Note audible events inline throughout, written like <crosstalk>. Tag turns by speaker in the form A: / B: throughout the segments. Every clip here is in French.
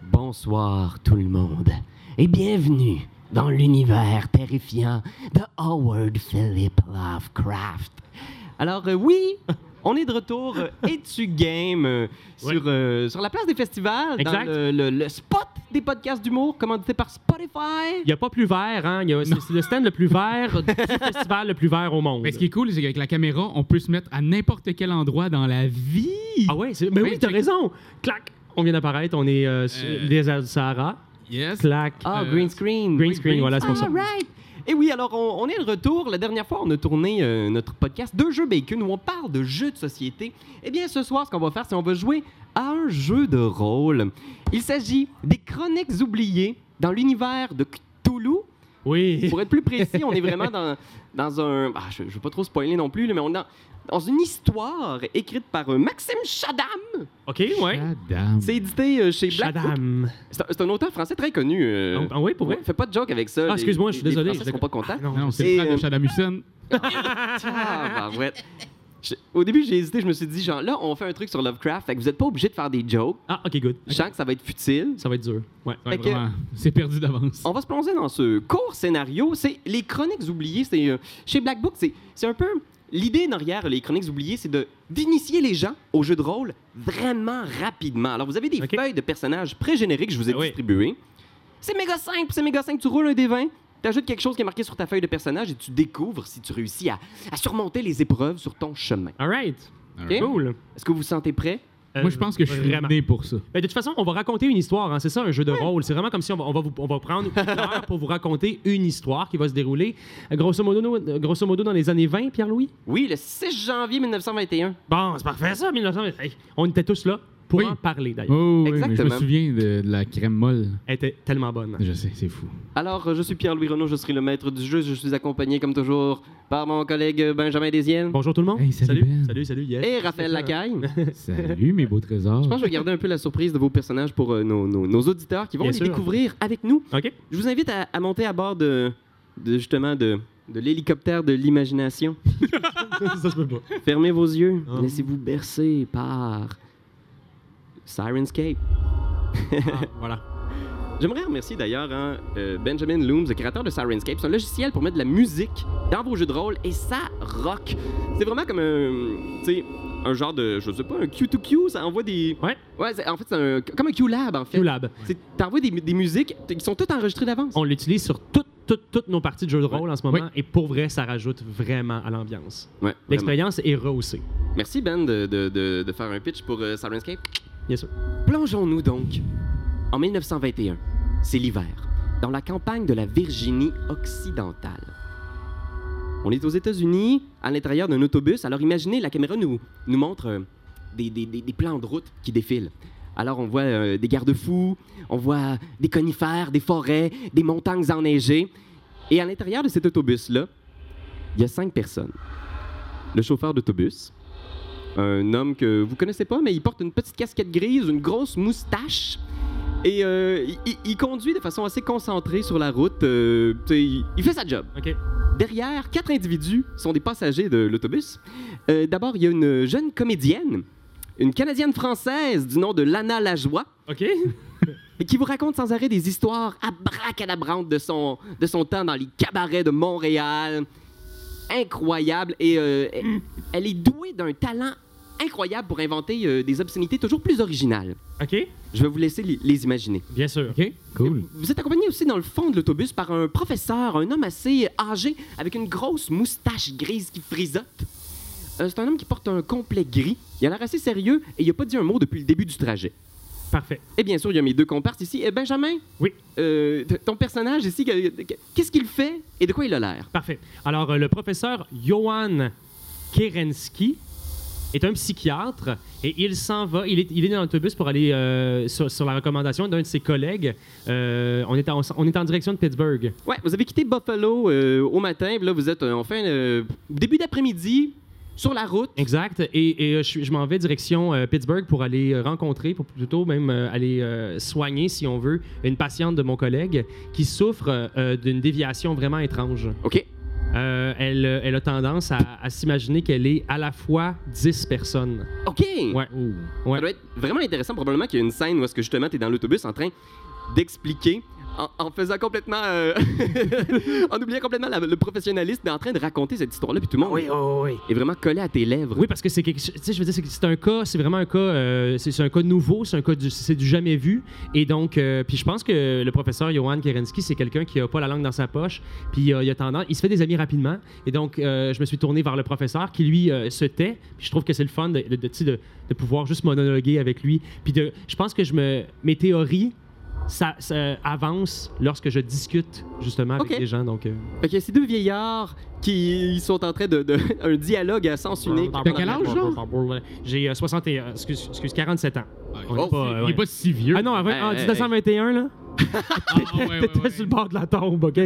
A: Bonsoir tout le monde et bienvenue dans l'univers terrifiant de Howard Philip Lovecraft. Alors euh, oui, on est de retour euh, et tu game euh,
B: Ouais.
A: sur, euh, sur la place des festivals,
B: Exact.
A: dans le, le- le spot des podcasts d'humour commandité par Spotify.
B: Il n'y a pas plus vert, hein? Il y a- C'est c'est le stand le plus vert du festival le plus vert au monde.
C: Mais ce qui est cool, c'est qu'avec la caméra, on peut se mettre à n'importe quel endroit dans la vie.
B: Ah ouais, c'est- mais oui,
C: Oui,
B: t'as
C: check.
B: raison. Clac, on vient d'apparaître, on est euh, sur le
C: Euh.
B: désert du Sahara.
C: Yes.
B: Clac.
A: Ah,
C: Euh,
A: green screen.
B: green screen, voilà, c'est pour ça.
A: All right. Et oui, alors on, on est de retour. La dernière fois, on a tourné euh, notre podcast Deux jeux bacon où on parle de jeux de société. Eh bien, ce soir, ce qu'on va faire, c'est on va jouer à un jeu de rôle. Il s'agit des chroniques oubliées dans l'univers de Cthulhu.
B: Oui.
A: Pour être plus précis, on est vraiment dans, dans un. ah, je ne veux pas trop spoiler non plus, là, mais on est dans, dans une histoire écrite par euh, Maxime Chadam.
B: OK, ouais.
C: Madame.
A: C'est édité euh, chez Black.
B: Chadam.
A: C'est un, c'est un auteur français très connu. euh,
B: Ah oui, pour vrai?
A: Ouais, fais pas de joke avec ça.
B: Ah,
A: Les-
B: excuse-moi, je suis
A: les- les
B: désolé.
A: Français seront pas contents.
B: Ah, non,
C: Non,
B: c'est-
C: c'est le
A: Et,
C: frère
A: euh,
C: de Shaddam Hussein.
A: Ah, barouette. Je- Au début, j'ai hésité. Je me suis dit, genre, là, on fait un truc sur Lovecraft. Fait que vous êtes pas obligé de faire des jokes.
B: Ah, OK, good.
A: Je sens que ça va être futile.
B: Ça va être dur. Ouais.
C: Ouais,
A: Fait que-
C: vraiment, C'est perdu d'avance.
A: On va se plonger dans ce court scénario. C'est les chroniques oubliées. C'est euh, chez Black Book. C'est c'est un peu l'idée derrière les chroniques oubliées, c'est de d'initier les gens au jeu de rôle vraiment rapidement. Alors vous avez des
B: Ok.
A: feuilles de personnages pré-génériques que je vous ai
B: Ah oui.
A: distribuées. C'est méga simple, c'est méga simple. Tu roules un des 20, t'ajoutes quelque chose qui est marqué sur ta feuille de personnage et tu découvres si tu réussis à, à surmonter les épreuves sur ton chemin.
B: All right.
C: All
A: Ok.
C: right.
B: Cool.
A: Est-ce que vous vous sentez prêt?
B: Euh,
C: Moi, je pense que je suis
B: vraiment.
C: né pour ça.
B: Mais Ben, de toute façon, on va raconter une histoire. hein. C'est ça, un jeu de rôle. C'est vraiment comme si on va, on va, vous- on va prendre une <laughs> heure pour vous raconter une histoire qui va se dérouler, euh, grosso modo, nous- euh, grosso modo dans les années 20, Pierre-Louis.
A: Oui, le 6 janvier 1921.
B: Bon, c'est parfait ça, 1900. Hey, on était tous là pour
C: Oui.
B: en parler, d'ailleurs.
C: Oh, oui, mais je me
A: Exactement.
C: souviens de, de la crème molle.
B: Elle était tellement bonne.
C: Je sais, c'est
A: <laughs>
C: fou.
A: Alors, euh, je suis Pierre-Louis Renaud, je serai le maître du jeu. Je suis accompagné, comme toujours, par mon collègue euh, Benjamin Desiel
B: Bonjour tout le monde.
C: Hey, salut,
B: salut,
C: Ben.
B: salut, salut, yes.
A: et Raphaël
B: <laughs>
A: Lacaille. Je
C: Salut, mes beaux trésors.
A: pense que je vais garder un peu la surprise de vos personnages pour euh, nos, nos- nos auditeurs qui vont
B: Bien
A: les
B: sûr.
A: découvrir avec nous.
B: OK.
A: Je vous invite à, à monter à bord de, de, justement de, de l'hélicoptère de
B: <laughs>
A: l'imagination.
B: <laughs> ça se peut pas.
A: Fermez vos yeux,
B: Oh.
A: laissez-vous bercer par Sirenscape.
B: Ah, voilà.
A: J'aimerais remercier d'ailleurs hein, euh, Benjamin Looms, le créateur de Sirenscape. C'est un logiciel pour mettre de la musique dans vos jeux de rôle et ça rock. C'est vraiment comme un, tu sais, un genre de, je sais pas, un Q2Q. Ça envoie des.
B: Ouais.
A: Ouais, c'est- en fait, c'est un- comme un Q-Lab en fait.
B: <laughs> Q-Lab.
A: C'est- T'envoies des, des musiques t- qui sont toutes enregistrées d'avance.
B: On l'utilise sur toutes, toutes, toutes nos parties de jeu de rôle en ce moment
C: Oui.
B: et pour vrai, ça rajoute vraiment à l'ambiance.
A: Ouais, vraiment.
B: L'expérience est rehaussée.
A: Merci Ben de, de- de- de faire un pitch pour euh, Sirenscape.
B: Bien sûr.
A: Plongeons-nous donc en 1921. C'est l'hiver, dans la campagne de la Virginie occidentale. On est aux États-Unis, à l'intérieur d'un autobus. Alors imaginez, la caméra nous, nous montre euh, des, des- des- des plans de route qui défilent. Alors on voit euh, des garde-fous, on voit des conifères, des forêts, des montagnes enneigées. Et à l'intérieur de cet autobus-là, il y a cinq personnes. Le chauffeur d'autobus, un homme que vous connaissez pas, mais il porte une petite casquette grise, une grosse moustache. Et euh, il- il, il conduit de façon assez concentrée sur la route. euh, tu sais, il- il fait sa job.
B: OK.
A: Derrière, quatre individus sont des passagers de l'autobus. Euh, D'abord, il y a une jeune comédienne, une Canadienne française du nom de Lana Lajoie,
B: OK.
A: et qui vous raconte sans arrêt des histoires abracadabrantes de son, de son temps dans les cabarets de Montréal. Incroyable. Et euh, elle- elle est douée d'un talent incroyable pour inventer euh, des obscénités toujours plus originales.
B: OK.
A: Je vais vous laisser les- les imaginer.
B: Bien sûr.
C: OK, cool.
A: Vous êtes accompagné aussi dans le fond de l'autobus par un professeur, un homme assez âgé, avec une grosse moustache grise qui frisote. Euh, c'est un homme qui porte un complet gris. Il a l'air assez sérieux et il n'a pas dit un mot depuis le début du trajet.
B: Parfait.
A: Et bien sûr, il y a mes deux comparses ici. Et Benjamin,
B: Oui.
A: euh, t- ton personnage ici, que- que- qu'est-ce qu'il fait et de quoi il a l'air?
B: Parfait. Alors, euh, le professeur Johan Kerensky est un psychiatre et il s'en va. Il est, il est dans l'autobus pour aller euh, sur, sur la recommandation d'un de ses collègues. Euh, on, est en, on est en direction de Pittsburgh.
A: Ouais, vous avez quitté Buffalo euh, au matin, puis là, vous êtes euh, en fin, euh, début d'après-midi, sur la route.
B: Exact. Et, et, euh, je, suis- je m'en vais direction euh, Pittsburgh pour aller euh, rencontrer, pour plutôt même euh, aller euh, soigner, si on veut, une patiente de mon collègue qui souffre euh, euh, d'une déviation vraiment étrange.
A: OK.
B: euh, elle, euh, elle a tendance à, à s'imaginer qu'elle est à la fois 10 personnes.
A: OK!
B: Ouais.
A: Ça doit être vraiment intéressant, probablement qu'il y a une scène où est-ce que justement tu es dans l'autobus en train d'expliquer, en, en faisant complètement. euh, <laughs> en oubliant complètement la- le professionnaliste, mais en train de raconter cette histoire-là, puis tout le monde
B: oui.
A: est vraiment collé à tes lèvres.
B: Oui, parce que c'est quelque chose. Tu sais, je veux dire, c'est- c'est un cas, c'est vraiment un cas, euh, c'est c'est un cas nouveau, c'est un cas du, c'est du jamais vu. Et donc, euh, puis je pense que le professeur Johan Kerensky, c'est quelqu'un qui a pas la langue dans sa poche, puis euh, il a- il a tendance, il se fait des amis rapidement. Et donc, euh, je me suis tourné vers le professeur qui, lui, euh, se tait. Puis je trouve que c'est le fun de, de, de- tu sais, de- de pouvoir juste monologuer avec lui. Puis de, je pense que je me, mes théories. Ça, ça avance lorsque je discute justement avec
A: Ok.
B: les gens. Donc, euh,
A: Fait que ces deux vieillards qui ils sont en train de. de- un dialogue à sens unique.
C: T'as quel âge,
B: J'ai euh, 61, excuse, excuse, 47 ans. On est
A: Oh,
B: pas, euh,
C: Il
B: ouais.
C: est pas si vieux.
B: Ah non, avant-
A: Hey,
B: en
A: hey,
B: 1921, là,
C: Ah,
B: <laughs>
C: ouais, ouais,
B: t'étais
C: ouais.
B: sur le bord de la tombe, OK?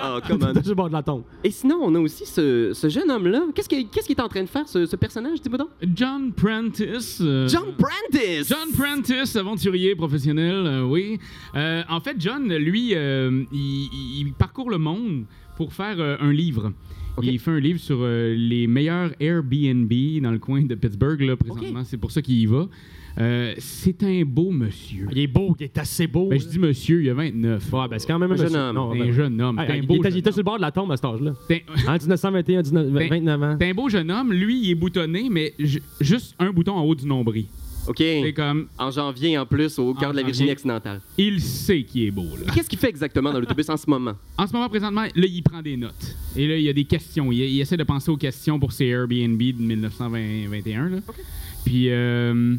A: Ah, come on.
B: t'étais sur le bord de la tombe.
A: Et sinon, on a aussi ce, ce jeune homme-là. Qu'est-ce que- qu'est-ce qu'il est en train de faire, ce, ce personnage, dis-moi donc?
C: John Prentice. euh,
A: John Prentice!
C: John Prentice, aventurier professionnel, euh, oui. Euh, en fait, John, lui, euh, il, il- il parcourt le monde pour faire euh, un livre.
A: Ok.
C: Il fait un livre sur euh, les meilleurs Airbnb dans le coin de Pittsburgh, là, présentement. C'est pour ça qu'il y va. Euh, c'est un beau monsieur.
B: Il est beau, il est assez beau.
C: Ben, je dis monsieur, il a 29.
B: Ouais, ben c'est quand même
A: Un jeune
B: monsieur.
A: homme.
B: Non,
C: C'est
B: ben-
C: un jeune homme.
B: Ah,
C: C'est un
B: il
C: beau
B: était, il
C: jeune
B: était
C: homme.
B: sur le bord de la tombe à cet âge-là.
C: C'est
B: En
C: un-
B: 1921, 19,
C: Ben-
B: 29 ans.
C: c'est un beau jeune homme. Lui, il est boutonné, mais ju- juste un bouton en haut du nombril.
A: OK.
C: C'est comme,
A: En janvier, en plus, au cœur
C: En
A: de la
C: janvier.
A: Virginie-Occidentale.
C: il sait qu'il est beau, là.
A: Qu'est-ce qu'il fait exactement dans l'autobus en ce moment?
C: En ce moment, présentement, là, il prend des notes. Et là, il y a des questions. Il, il essaie de penser aux questions pour ses Airbnb de 1921. Là. Puis, euh,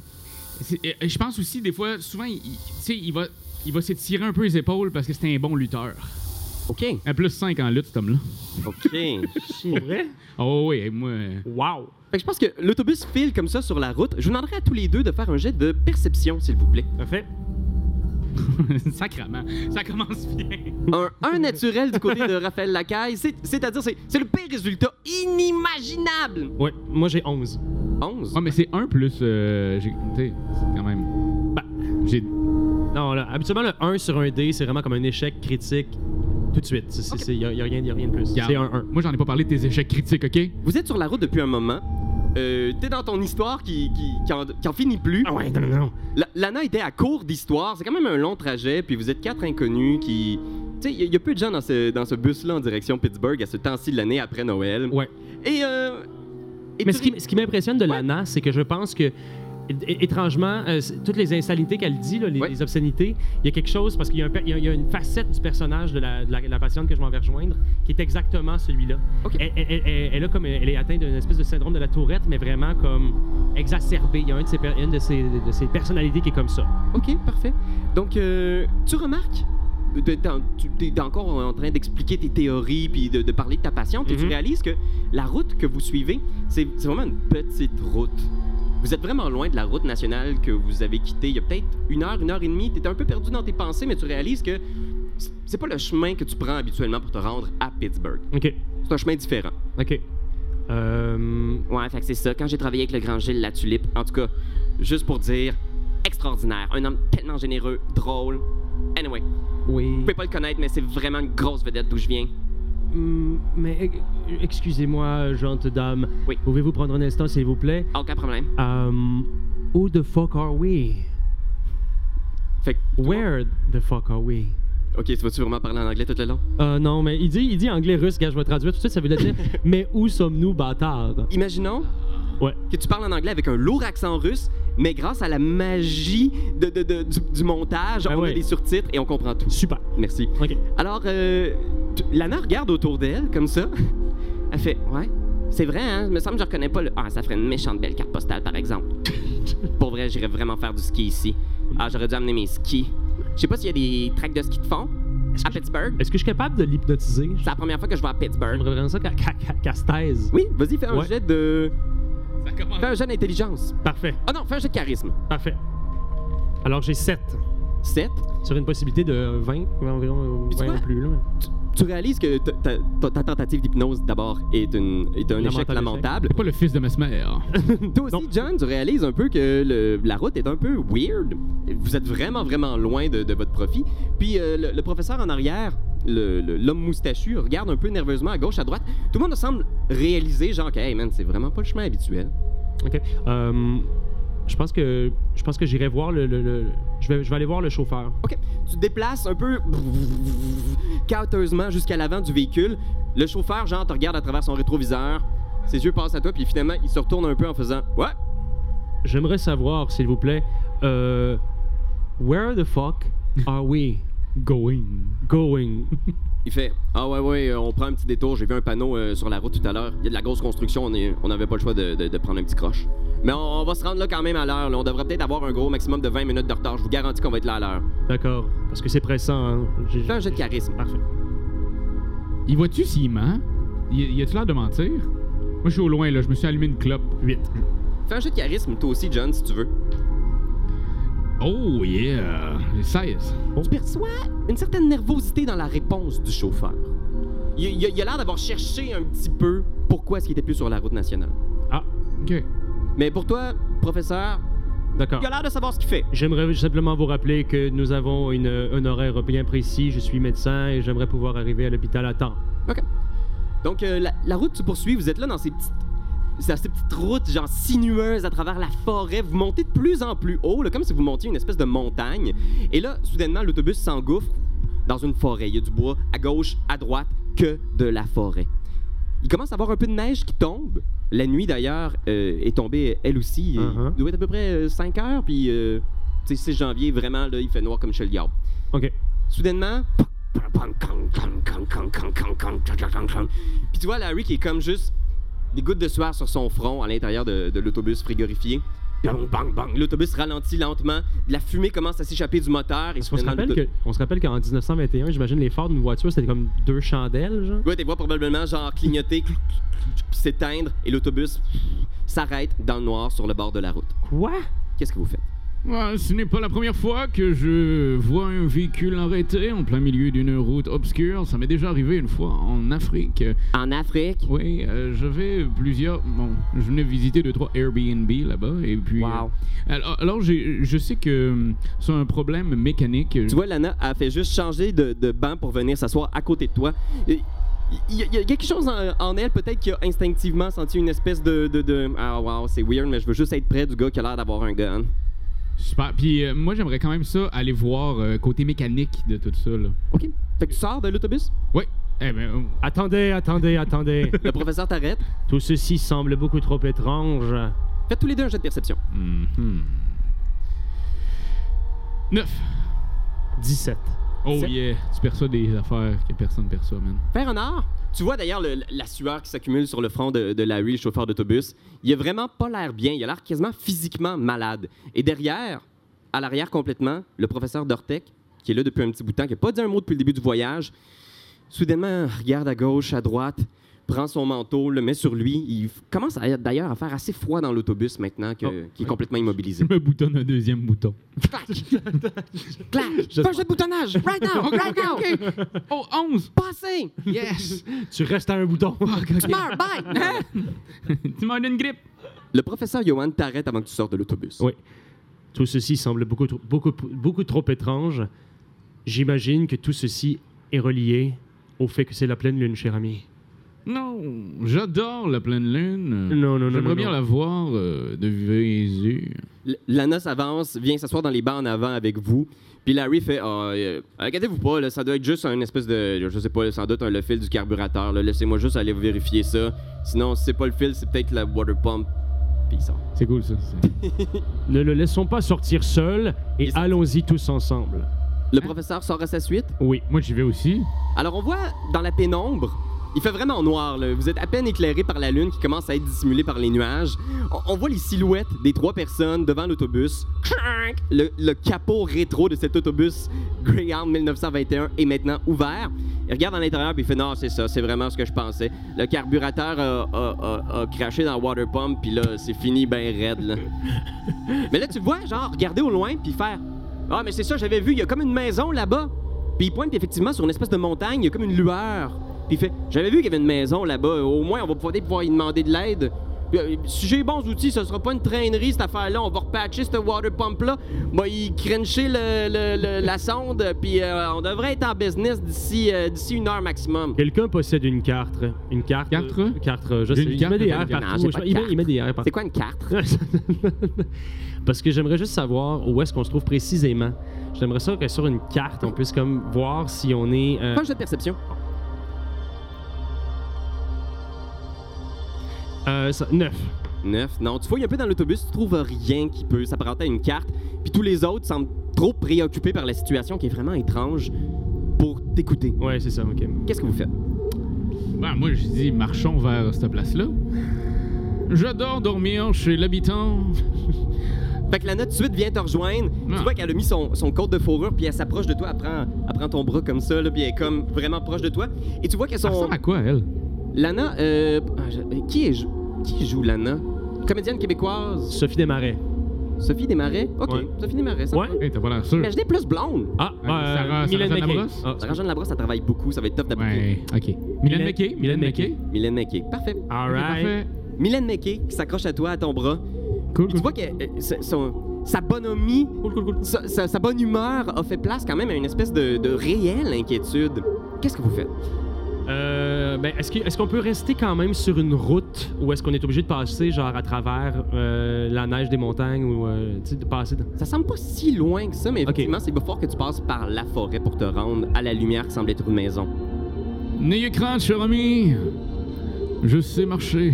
C: c'est- euh, je pense aussi, des fois, souvent, il, il- tu sais, il va, il va s'étirer un peu les épaules parce que c'est un bon lutteur.
A: OK.
C: Un plus 5 en lutte, cet homme-là.
A: OK.
C: <laughs>
B: Pour vrai?
C: Oh oui, moi... euh, <laughs>
B: Wow!
A: Fait que je pense que l'autobus file comme ça sur la route. Je vous demanderai à tous les deux de faire un jet de perception, s'il vous plaît.
B: Parfait.
C: Sacrement. Ça commence bien.
A: Un 1 naturel du côté de Raphaël Lacaille, c'est- c'est-à-dire c'est c'est le pire résultat inimaginable.
B: Ouais, moi j'ai 11.
A: 11.
C: Ouais, Ah, mais c'est un plus... euh, j'ai- tu sais, c'est quand même...
B: Bah.
C: J'ai...
B: Non, là, habituellement, le 1 sur un D, c'est vraiment comme un échec critique tout de suite. Il n'y a, rien y a rien de plus.
C: Garde.
B: C'est un 1.
C: Moi, j'en ai pas parlé de tes échecs critiques, OK?
A: Vous êtes sur la route depuis un moment. Euh, T'es dans ton histoire qui, qui, qui en, qui en finit plus.
B: Ah ouais, non, non, non.
A: La- Lana était à court d'histoire. C'est quand même un long trajet. Puis vous êtes quatre inconnus qui. Tu sais, il y, a- il y a peu de gens dans ce, dans ce bus-là en direction Pittsburgh à ce temps-ci de l'année après Noël.
B: Ouais.
A: Et. euh, et
B: Mais
A: tu
B: ce qui, ce qui m'impressionne de Lana, c'est que je pense que, é- étrangement, euh, c'est- toutes les insanités qu'elle dit, là, les,
A: Ouais.
B: les obscénités, il y a quelque chose, parce qu'il y, a un per- il y a- il y a une facette du personnage de la, de la- la patiente que je m'en vais rejoindre, qui est exactement celui-là.
A: Ok.
B: Elle, elle- elle- elle- elle a comme, elle est atteinte d'une espèce de syndrome de la tourette, mais vraiment comme exacerbée. Il y a un de ses per- une de ses, de ses personnalités qui est comme ça.
A: Ok, parfait. Donc, euh, tu remarques, t'es- t'es en- tu es encore en train d'expliquer tes théories puis de, de parler de ta passion, puis tu
B: Mhm.
A: réalises que la route que vous suivez, c'est c'est vraiment une petite route. Vous êtes vraiment loin de la route nationale que vous avez quittée. Il y a peut-être une heure, une heure et demie, tu un peu perdu dans tes pensées, mais tu réalises que c'est- c'est pas le chemin que tu prends habituellement pour te rendre à Pittsburgh.
B: OK.
A: C'est un chemin différent.
B: OK. Euh,
A: Ouais, fait que c'est ça. Quand j'ai travaillé avec le grand Gilles La Tulipe, en tout cas, juste pour dire, extraordinaire. Un homme tellement généreux, drôle. Anyway, vous
B: oui.
A: pouvez pas le connaître, mais c'est vraiment une grosse vedette d'où je viens.
B: Hum, mais ex- excusez-moi, gente dame.
A: Oui.
B: Pouvez-vous prendre un instant, s'il vous plaît?
A: Aucun problème.
B: Um, who the fuck are we?
A: Fait que,
B: Where the fuck are we?
A: ok, tu vas-tu vraiment parler en anglais tout le long?
B: Euh, non, mais il dit, il dit anglais russe, gars, je vais traduire tout de suite, ça veut dire Mais où sommes-nous, bâtards?
A: Imaginons
B: Ouais.
A: que tu parles en anglais avec un lourd accent russe, mais grâce à la magie de, de- de- du, du montage,
B: Ben
A: on a
B: ouais.
A: des surtitres et on comprend tout.
B: Super.
A: Merci.
B: Ok.
A: Alors, euh, tu- Lana regarde autour d'elle, comme ça. Elle fait Ouais, c'est vrai, hein, me semble que je reconnais pas le. Ah, ça ferait une méchante belle carte postale, par
B: <laughs>
A: exemple. Pour vrai, j'irais vraiment faire du ski ici. Ah, j'aurais dû amener mes skis. Je sais pas s'il y a des tracks de ski de fond
B: Est-ce
A: à
B: que, je-
A: Pittsburgh.
B: est-ce que je suis capable de l'hypnotiser?
A: C'est la première fois que je vais à Pittsburgh.
B: J'aimerais vraiment ça qu'elle qu'elle- qu'elle- qu'elle se taise.
A: Oui, vas-y, fais un
B: Ouais.
A: jet de.
C: Ça commence
A: Fais un jet d'intelligence.
B: Parfait,
A: Ah non, fais un jet de charisme.
B: parfait. Alors j'ai 7
A: 7.
B: sur une possibilité de 20, environ
A: Puis tu
B: 20
A: vois-
B: ou plus. Là.
A: Tu réalises que ta, ta- ta- ta tentative d'hypnose, d'abord, est, une, est un échec
B: Lamentable
A: lamentable.
C: C'est pas le fils de Mesmer.
A: Toi aussi,
B: Non.
A: John, tu réalises un peu que le- la route est un peu weird. Vous êtes vraiment, vraiment loin de, de votre profit. Puis euh, le, le professeur en arrière, le- le- l'homme moustachu regarde un peu nerveusement à gauche, à droite. Tout le monde semble réaliser, genre, que, hey man, c'est vraiment pas le chemin habituel.
B: OK. Euh, je pense que je pense que j'irai voir le, le- le- je vais je vais aller voir le chauffeur.
A: OK. Tu te déplaces un peu cauteusement jusqu'à l'avant du véhicule. Le chauffeur, genre, te regarde à travers son rétroviseur. Ses yeux passent à toi, puis finalement, il se retourne un peu en faisant Ouais,
B: J'aimerais savoir s'il vous plaît euh, where the fuck are we
C: Going.
B: going?
A: Il fait Ah ouais, ouais, euh, on prend un petit détour. J'ai vu un panneau euh, sur la route tout à l'heure. Il y a de la grosse construction. On est- on n'avait pas le choix de, de- de prendre un petit croche. Mais on, on va se rendre là quand même à l'heure. là. On devrait peut-être avoir un gros maximum de 20 minutes de retard. Je vous garantis qu'on va être là à l'heure.
B: D'accord, parce que c'est pressant. Hein? J'ai-
A: Fais un jet de charisme.
B: Parfait.
C: Il voit-tu s'il ment? Il, il a-tu l'air de mentir? Moi, je suis au loin, là. Je me suis allumé une clope.
B: 8.
A: Fais un jet de charisme, toi aussi, John, si tu veux.
C: Oh, yeah! Les 16.
A: Tu perçois une certaine nervosité dans la réponse du chauffeur. Il, il a- il a l'air d'avoir cherché un petit peu pourquoi est-ce qu'il était plus sur la route nationale.
B: Ah,
C: OK.
A: Mais pour toi, professeur,
B: d'accord.
A: il a l'air de savoir ce qu'il fait.
B: J'aimerais simplement vous rappeler que nous avons une, un horaire bien précis. Je suis médecin et j'aimerais pouvoir arriver à l'hôpital à temps.
A: Donc, euh, la, la route se poursuit. Vous êtes là dans ces petites, dans ces petites routes, genre sinueuses à travers la forêt. Vous montez de plus en plus haut, là, comme si vous montiez une espèce de montagne. Et là, soudainement, l'autobus s'engouffre dans une forêt. Il y a du bois à gauche, à droite, que de la forêt. Il commence à avoir un peu de neige qui tombe. La nuit, d'ailleurs, euh, est tombée elle aussi.
B: Uh-huh.
A: Il doit être à peu près euh, 5 heures, puis euh, tu sais, 6 janvier, vraiment, là, il fait noir comme chez le diable.
B: OK.
A: Soudainement. Puis tu vois Larry qui est comme juste des gouttes de sueur sur son front à l'intérieur de, de l'autobus frigorifié. Bang, bang, bang. L'autobus ralentit lentement. De la fumée commence à s'échapper du moteur. Et
B: On se
A: soudainement,
B: rappelle
A: l'auto-
B: que- on se rappelle qu'en 1921, j'imagine les phares d'une voiture, c'était comme deux chandelles, genre.
A: Ouais, tes voix probablement genre clignoter, puis s'éteindre. Et l'autobus s'arrête dans le noir sur le bord de la route.
B: Quoi?
A: Qu'est-ce que vous faites?
C: Ouais, ce n'est pas la première fois que je vois un véhicule arrêté en plein milieu d'une route obscure. Ça m'est déjà arrivé une fois en Afrique.
A: En Afrique.
C: Oui, euh, j'avais plusieurs. Bon, je venais visiter deux, trois Airbnb là-bas. Et puis.
A: Wow.
C: euh, alors, alors j'ai- je sais que hum, c'est un problème mécanique.
A: Tu vois, Lana a fait juste changer de, de banc pour venir s'asseoir à côté de toi. Et Il y, a- il y a quelque chose en, en elle, peut-être, qui a instinctivement senti une espèce de. de, de- Ah, wow, c'est weird, mais je veux juste être près du gars qui a l'air d'avoir un gun.
C: Super. Puis euh, moi, j'aimerais quand même ça aller voir euh, côté mécanique de tout ça. Là.
A: OK. Fait que tu sors de l'autobus,
C: Oui. Eh ben, euh,
B: Attendez,
A: <laughs>
B: attendez, attendez.
A: le professeur t'arrête.
B: Tout ceci semble beaucoup trop étrange.
A: Faites tous les deux un jet de perception.
C: mhm. Neuf.
B: 17.
C: Oh
A: Sept.
C: yeah. Tu perçois des affaires que personne perçoit, man.
A: Faire honneur. Tu vois d'ailleurs le- la sueur qui s'accumule sur le front de, de Larry, le chauffeur d'autobus. Il a vraiment pas l'air bien. Il a l'air quasiment physiquement malade. Et derrière, à l'arrière complètement, le professeur Dortec, qui est là depuis un petit bout de temps, qui n'a pas dit un mot depuis le début du voyage, soudainement regarde à gauche, à droite, prend son manteau, le met sur lui. Il f- commence à- d'ailleurs à faire assez froid dans l'autobus maintenant que-
B: Oh,
A: qui est complètement
C: <laughs>
A: immobilisé.
C: me boutonne un deuxième bouton.
A: Clac! Clac! <laughs> Fais un jeu de boutonnage! Right now! Right now!
C: <laughs> Oh, 11.
A: Passez!
C: Yes.
B: Tu restes à un
C: <laughs>
B: bouton.
A: Tu meurs! Bye! Hein?
C: tu m'en donnes une grippe.
A: Le professeur Johan t'arrête avant que tu sortes de l'autobus.
B: Oui. Tout ceci semble beaucoup, trop- beaucoup, beaucoup trop étrange. J'imagine que tout ceci est relié au fait que c'est la pleine lune, cher ami.
C: Non, j'adore la pleine lune.
B: Non, non, non, non,
C: J'aimerais bien
B: non.
C: la voir euh, de Vésu.
A: L- Lana s'avance, vient s'asseoir dans les bancs en avant avec vous. Puis Larry fait Ah, euh, Inquiétez-vous pas, là, ça doit être juste un espèce de. Je sais pas, sans doute un, le fil du carburateur. là. Laissez-moi juste aller vérifier ça. Sinon, si c'est pas le fil, c'est peut-être la water pump. Puis il sort.
C: C'est cool ça.
B: Ne le laissons pas sortir seul et
A: Et-
B: allons-y tous ensemble.
A: Le professeur sort à sa suite.
B: Oui.
C: Moi j'y vais aussi.
A: Alors on voit dans la pénombre, il fait vraiment noir. Là. Vous êtes à peine éclairé par la lune qui commence à être dissimulée par les nuages. On, on voit les silhouettes des trois personnes devant l'autobus. Crank! Le, le capot rétro de cet autobus Greyhound 1921 est maintenant ouvert. Il regarde à l'intérieur puis il fait non c'est ça, c'est vraiment ce que je pensais. Le carburateur a, a- a- a craché dans la water pump puis là c'est fini ben raide. là. mais là tu le vois genre regarder au loin puis faire ah mais c'est ça j'avais vu il y a comme une maison là-bas. Puis il pointe effectivement sur une espèce de montagne, il y a comme une lueur. Puis il fait J'avais vu qu'il y avait une maison là-bas, au moins on va pouvoir, pouvoir y demander de l'aide. Euh, si j'ai les bons outils, ce sera pas une traînerie, cette affaire-là. On va repatcher ce water pump-là. Bah, il crencher le, le- le- la sonde, puis euh, on devrait être en business d'ici euh, d'ici une heure maximum.
B: Quelqu'un possède une carte. Une carte.
C: Carte?
B: euh, carte, euh, je
C: Une
B: sais. Il
C: carte,
B: met des
C: pas
B: R
C: de carte.
A: Non, j'ai
B: partout.
A: pas de
B: Il met-
A: carte.
B: il met des R partout.
A: C'est quoi une carte?
B: <laughs> Parce que j'aimerais juste savoir où est-ce qu'on se trouve précisément. J'aimerais ça que sur une carte, on puisse comme voir si on est. euh,
A: Pas un jeu de perception.
B: euh, ça- neuf.
A: Neuf. Non, tu fouilles un peu dans l'autobus, tu trouves rien qui peut s'apparenter à une carte. Puis tous les autres semblent trop préoccupés par la situation qui est vraiment étrange pour t'écouter.
B: Ouais, c'est ça, ok.
A: Qu'est-ce que vous faites?
C: Ben, moi, je dis, marchons vers cette place-là. J'adore dormir chez l'habitant.
A: Fait que la note de suite vient te rejoindre.
C: Ah.
A: Tu vois qu'elle a mis son, son code de fourrure, puis elle s'approche de toi, elle prend, elle prend ton bras comme ça, là, puis elle est comme vraiment proche de toi. Et tu vois qu'elle
C: Ça
A: sont.
C: ressemble à quoi, elle?
A: Lana, euh, ah, je- euh, qui, est, jou- qui joue Lana? Comédienne québécoise.
B: Sophie Desmarais.
A: Sophie Desmarais? Ok,
B: Ouais.
A: Sophie Desmarais, ça.
B: Ouais.
A: va.
C: Hey, Eh, t'as pas l'air sûr.
A: Imaginez plus blonde.
B: Ah,
C: Euh, Sarah-
B: Mylène
C: Sarah
B: McKay.
C: Zanabros?
B: Ah,
A: Sarah Jeanne Labrosse, elle travaille beaucoup, ça va être top d'appliquer.
C: Ouais, ok. Mylène McKay? Mylène McKay?
A: Mylène McKay, parfait.
B: All
C: Ok,
B: right.
C: parfait.
A: Mylène McKay qui s'accroche à toi, à ton bras.
C: Cool,
A: Puis tu
C: cool.
A: vois que euh, sa- son- sa bonhomie,
B: Cool, cool, cool.
A: sa, sa- sa bonne humeur a fait place quand même à une espèce de, de réelle inquiétude. Qu'est-ce que vous faites?
B: Euh, ben, est-ce, que- est-ce qu'on peut rester quand même sur une route ou est-ce qu'on est obligé de passer genre à travers euh, la neige des montagnes ou euh, tu sais, de passer dans-
A: Ça semble pas si loin que ça, mais
B: Ok.
A: effectivement, c'est pas fort que tu passes par la forêt pour te rendre à la lumière qui semble être une maison.
C: N'ayez crainte, cher ami. Je sais marcher.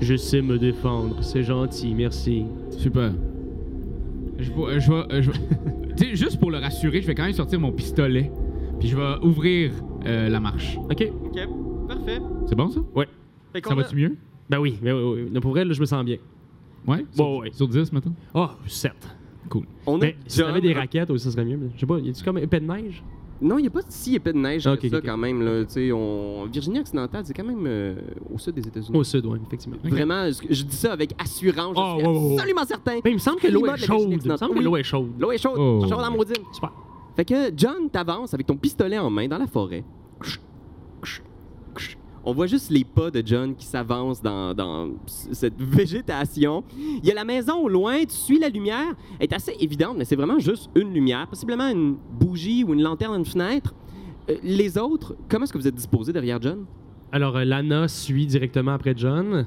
B: Je sais me défendre, c'est gentil, merci.
C: Super. Je vais. euh, Je vais, euh, je vais-
A: <laughs>
C: tu sais, juste pour le rassurer, je vais quand même sortir mon pistolet. Puis je vais ouvrir euh, la marche.
B: OK.
A: Ok, parfait.
C: C'est bon, ça?
B: Ouais.
C: Ça va-tu mieux?
B: Ben oui, ben oui, oui. Non, pour vrai, là, je me sens bien.
C: Ouais?
B: Bon, ouais.
C: Sur 10, maintenant?
B: Oh, 7.
C: Cool.
A: On a
B: Mais si
A: John-
B: t'avais des raquettes aussi, ça serait mieux. mais Je sais pas, y a-tu comme épais de neige?
A: Non, il n'y a pas si épais de neige
B: Ok,
A: que ça
B: ok.
A: quand même. Là, Tu sais, on... Virginie occidentale, c'est quand même euh, au sud des États-Unis.
B: Au sud, oui, effectivement.
A: Vraiment, je- je dis ça avec assurance. Je
B: Oh,
A: suis
B: ouais, ouais, ouais.
A: absolument certain.
B: Mais Ben, il me semble que l'eau
A: Climat
B: est
A: de la
B: chaude.
A: Belgique
B: Il me semble que
A: occidentale.
B: l'eau est chaude.
A: L'eau est chaude.
C: Oh.
A: Chaude en maudine.
B: Super.
A: Fait que John t'avance avec ton pistolet en main dans la forêt. On voit juste les pas de John qui s'avancent dans, dans c- cette végétation. Il y a la maison au loin, tu suis la lumière. Elle est assez évidente, mais c'est vraiment juste une lumière, possiblement une bougie ou une lanterne à une fenêtre. Euh, les autres, comment est-ce que vous êtes disposés derrière John?
B: Alors, euh, Lana suit directement après John.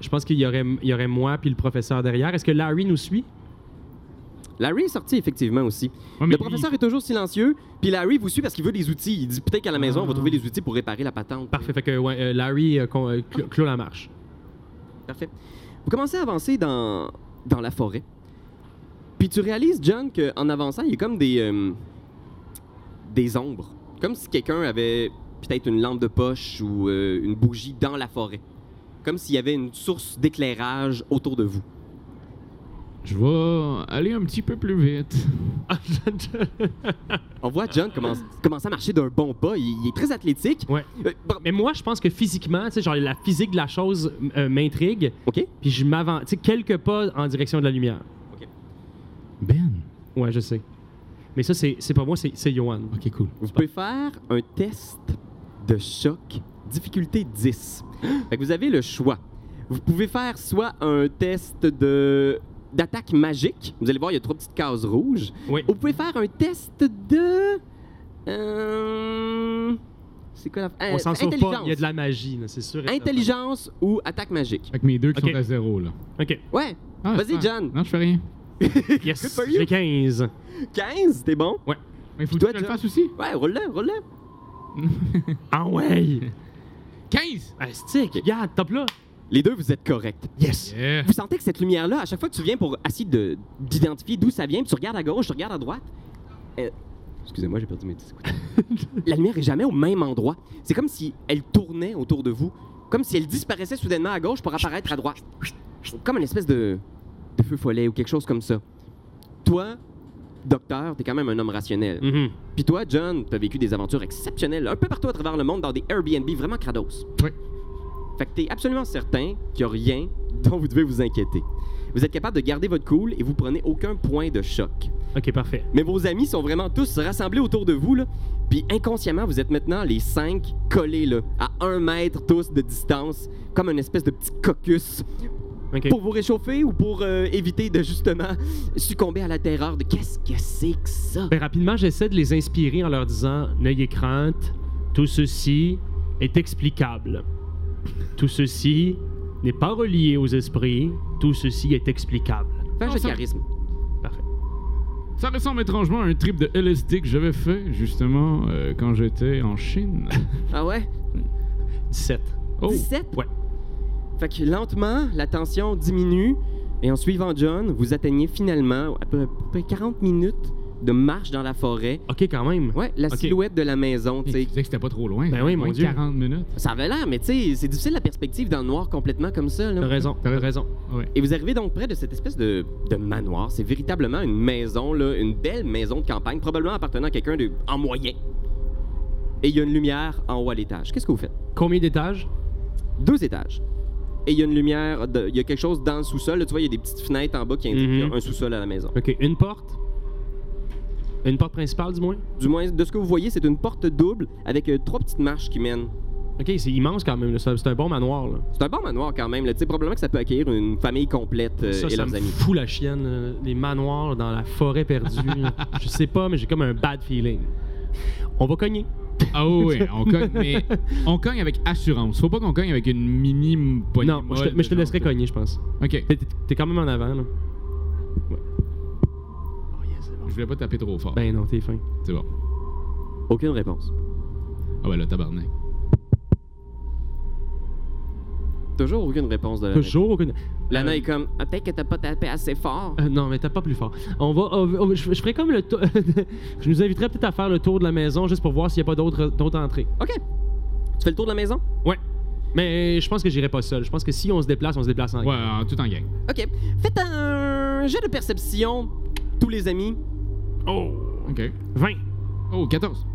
B: Je pense qu'il y aurait, il y aurait moi puis le professeur derrière. Est-ce que Larry nous suit?
A: Larry est sorti effectivement aussi.
C: Ouais, Ah, mais
A: Le
C: lui,
A: professeur est toujours silencieux, puis Larry vous suit parce qu'il veut des outils. Il dit peut-être qu'à la maison,
C: Ah.
A: on va trouver les outils pour réparer la patente.
B: Parfait. Fait que ouais, euh, Larry euh, con- euh,
A: <laughs>
B: cl- clôt la marche. <laughs>
A: Parfait. Vous commencez à avancer dans, dans la forêt. Puis tu réalises, John, qu'en avançant, il y a comme des, euh, des ombres. Comme si quelqu'un avait peut-être une lampe de poche ou euh, une bougie dans la forêt. Comme s'il y avait une source d'éclairage autour de vous.
C: Je vais aller un petit peu plus vite.
A: On voit John commence- commencer à marcher d'un bon pas. Il, il est très athlétique.
B: ouais.
A: Euh, bon,
B: Mais moi, je pense que physiquement, tu sais, genre la physique de la chose euh, m'intrigue.
A: OK.
B: Puis je m'avance, tu sais, quelques pas en direction de la lumière.
C: Ben.
B: Ouais, je sais. Mais ça, c'est c'est pas moi, c'est c'est Johan.
C: Ok, cool.
A: Vous pouvez faire un test de choc, difficulté 10. Fait que vous avez le choix. Vous pouvez faire soit un test de d'attaque magique. Vous allez voir, il y a trois petites cases rouges.
B: Oui.
A: Ou vous pouvez faire un test de... euh, c'est quoi la... euh,
B: On s'en sort
A: intelligence.
B: pas. Il y a de la magie, là, c'est sûr. et certain.
A: Intelligence ou attaque magique.
C: Fait que mes deux qui
B: Ok.
C: sont à zéro, là.
B: OK.
A: Ouais.
C: Ah,
A: Vas-y,
C: ah,
A: John.
C: Non, je fais rien.
A: <laughs> Good
B: Yes.
A: for you.
B: J'ai 15.
A: 15, t'es bon?
C: Mais faut
A: Puis toi,
C: que je le
A: John?
C: fasse aussi. <laughs>
A: Ouais, roule-le, roule-le.
B: Ah
A: <laughs>
B: ouais!
C: 15!
B: Astic, regarde, top là!
A: Les deux, vous êtes corrects.
B: Yes!
C: Yeah.
A: Vous sentez que cette lumière-là, à chaque fois que tu viens pour essayer de- d'identifier d'où ça vient, puis tu regardes à gauche, tu regardes à droite. euh, Excusez-moi, j'ai perdu mes petits écouteurs. la lumière est jamais au même endroit. C'est comme si elle tournait autour de vous, comme si elle disparaissait soudainement à gauche pour apparaître à droite. Comme une espèce de, de feu follet ou quelque chose comme ça. Toi, docteur, t'es quand même un homme rationnel.
B: Mhm.
A: Puis toi, John, t'as vécu des aventures exceptionnelles un peu partout à travers le monde dans des Airbnb vraiment crados.
C: Oui.
A: Fait que t'es absolument certain qu'il n'y a rien dont vous devez vous inquiéter. Vous êtes capable de garder votre cool et vous prenez aucun point de choc.
B: OK, parfait.
A: Mais vos amis sont vraiment tous rassemblés autour de vous, là. Puis inconsciemment, vous êtes maintenant les cinq collés là, à un mètre tous de distance, comme une espèce de petit caucus
B: OK.
A: pour vous réchauffer ou pour euh, éviter de justement succomber à la terreur de qu'est-ce que c'est que ça?
B: Ben, rapidement, j'essaie de les inspirer en leur disant N'ayez crainte, tout ceci est explicable. Tout ceci n'est pas relié aux esprits, tout ceci est explicable.
A: Fais un
C: Non,
A: jeu de
C: ça-
A: charisme.
C: Ça ressemble étrangement à un trip de LSD que j'avais fait, justement, euh, quand j'étais en Chine.
A: Ah ouais?
B: 17.
C: Oh!
A: 17?
B: ouais.
A: Fait que lentement, la tension diminue et en suivant John, vous atteignez finalement à peu, à peu près 40 minutes de marche dans la forêt.
B: Ok, quand même.
A: Ouais, la
B: Ok.
A: silhouette de la maison, tu
C: Tu
A: sais.
C: disais que c'était pas trop loin.
B: Ben oui, mon
C: Moins de
B: Dieu.
C: 40 minutes.
A: Ça avait l'air, mais tu sais, c'est difficile la perspective dans le noir complètement comme ça. là.
B: T'as raison, t'as raison.
C: Ouais.
A: Et vous arrivez donc près de cette espèce de, de manoir. C'est véritablement une maison, là, une belle maison de campagne, probablement appartenant à quelqu'un de en moyen. Et il y a une lumière en haut à l'étage. Qu'est-ce que vous faites?
B: Combien d'étages
A: Deux étages. Et il y a une lumière, de- il y a quelque chose dans le sous-sol. Là, Tu vois, il y a des petites fenêtres en bas qui indiquent
B: Mhm.
A: qu'il y a un sous-sol à la maison.
B: Ok, une porte Une porte principale, du moins
A: Du moins, de ce que vous voyez, c'est une porte double avec euh, trois petites marches qui mènent.
B: Ok, c'est immense quand même, là. c'est un- c'est un bon manoir. Là.
A: C'est un bon manoir quand même. là. Tu sais, probablement que ça peut accueillir une famille complète euh,
B: ça,
A: et
B: ça
A: leurs
B: me
A: amis.
B: fout la chienne, euh, les manoirs dans la forêt perdue.
A: <laughs>
B: là. Je sais pas, mais j'ai comme un bad feeling. On va cogner.
C: Ah oui, oui, on cogne, mais on cogne avec assurance. Faut pas qu'on cogne avec une mini poignée
B: non, je te-
C: molle
B: mais je te
C: de
B: laisserai
C: genre
B: cogner, je pense.
C: de- OK.
B: T'es- T'es t'es quand même en avant, là. Ouais. Oh, yes, c'est bon.
C: Je voulais pas taper trop fort.
B: Ben non, t'es fin.
C: C'est bon.
A: Aucune réponse.
C: Ah ben là, tabarnak.
A: Toujours aucune réponse de Lana.
B: Toujours aucune.
A: Lana
B: Euh,
A: est comme, Ah, peut-être que t'as pas tapé assez fort.
B: Euh, non, mais t'as pas plus fort. On va. on va- on va- je, je ferai comme le. tour- <laughs> je nous inviterais peut-être à faire le tour de la maison juste pour voir s'il n'y a pas d'autres d'autres entrées.
A: OK. Tu fais le tour de la maison?
B: Ouais. Mais je pense que j'irai pas seul. Je pense que si on se déplace, on se déplace en
C: Ouais, en- tout en gang.
A: OK. Faites un jet de perception, tous les amis.
B: Oh!
C: OK.
B: 20.
C: Oh, 14.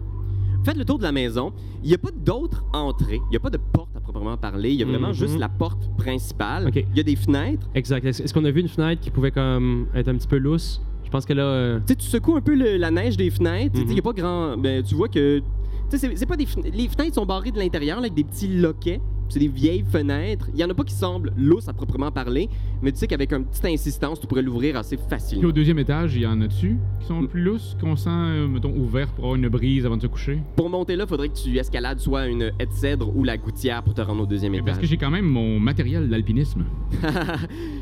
A: Faites le tour de la maison. Il n'y a pas d'autre entrée. Il n'y a pas de porte à proprement parler. Il y a vraiment
B: Mhm.
A: juste
C: Mm-hmm.
A: la porte principale.
B: OK.
A: Il y a des fenêtres.
B: Exact. Est-ce est-ce qu'on a vu une fenêtre qui pouvait comme être un petit peu lousse? Je pense que là. euh,
A: Tu sais, tu secoues un peu le- la neige des fenêtres. Tu sais,
B: Mhm.
A: Il
C: Mm-hmm.
A: n'y a pas grand. Ben, tu vois que. Tu sais, c'est- c'est pas des. fen- Les fenêtres sont barrées de l'intérieur là, avec des petits loquets. C'est des vieilles fenêtres. Il n'y en a pas qui semblent lousses à proprement parler, mais tu sais qu'avec une petite insistance, tu pourrais l'ouvrir assez
C: Puis
A: facilement.
C: au deuxième étage, il y en a-tu qui
B: Mm.
C: sont plus lousses, qu'on sent, euh, mettons, ouvert pour avoir une brise avant de se coucher?
A: Pour monter là, faudrait que tu escalades soit une haie de cèdre ou la gouttière pour te rendre au deuxième
C: Mais
A: étage.
C: Parce que j'ai quand même mon matériel d'alpinisme.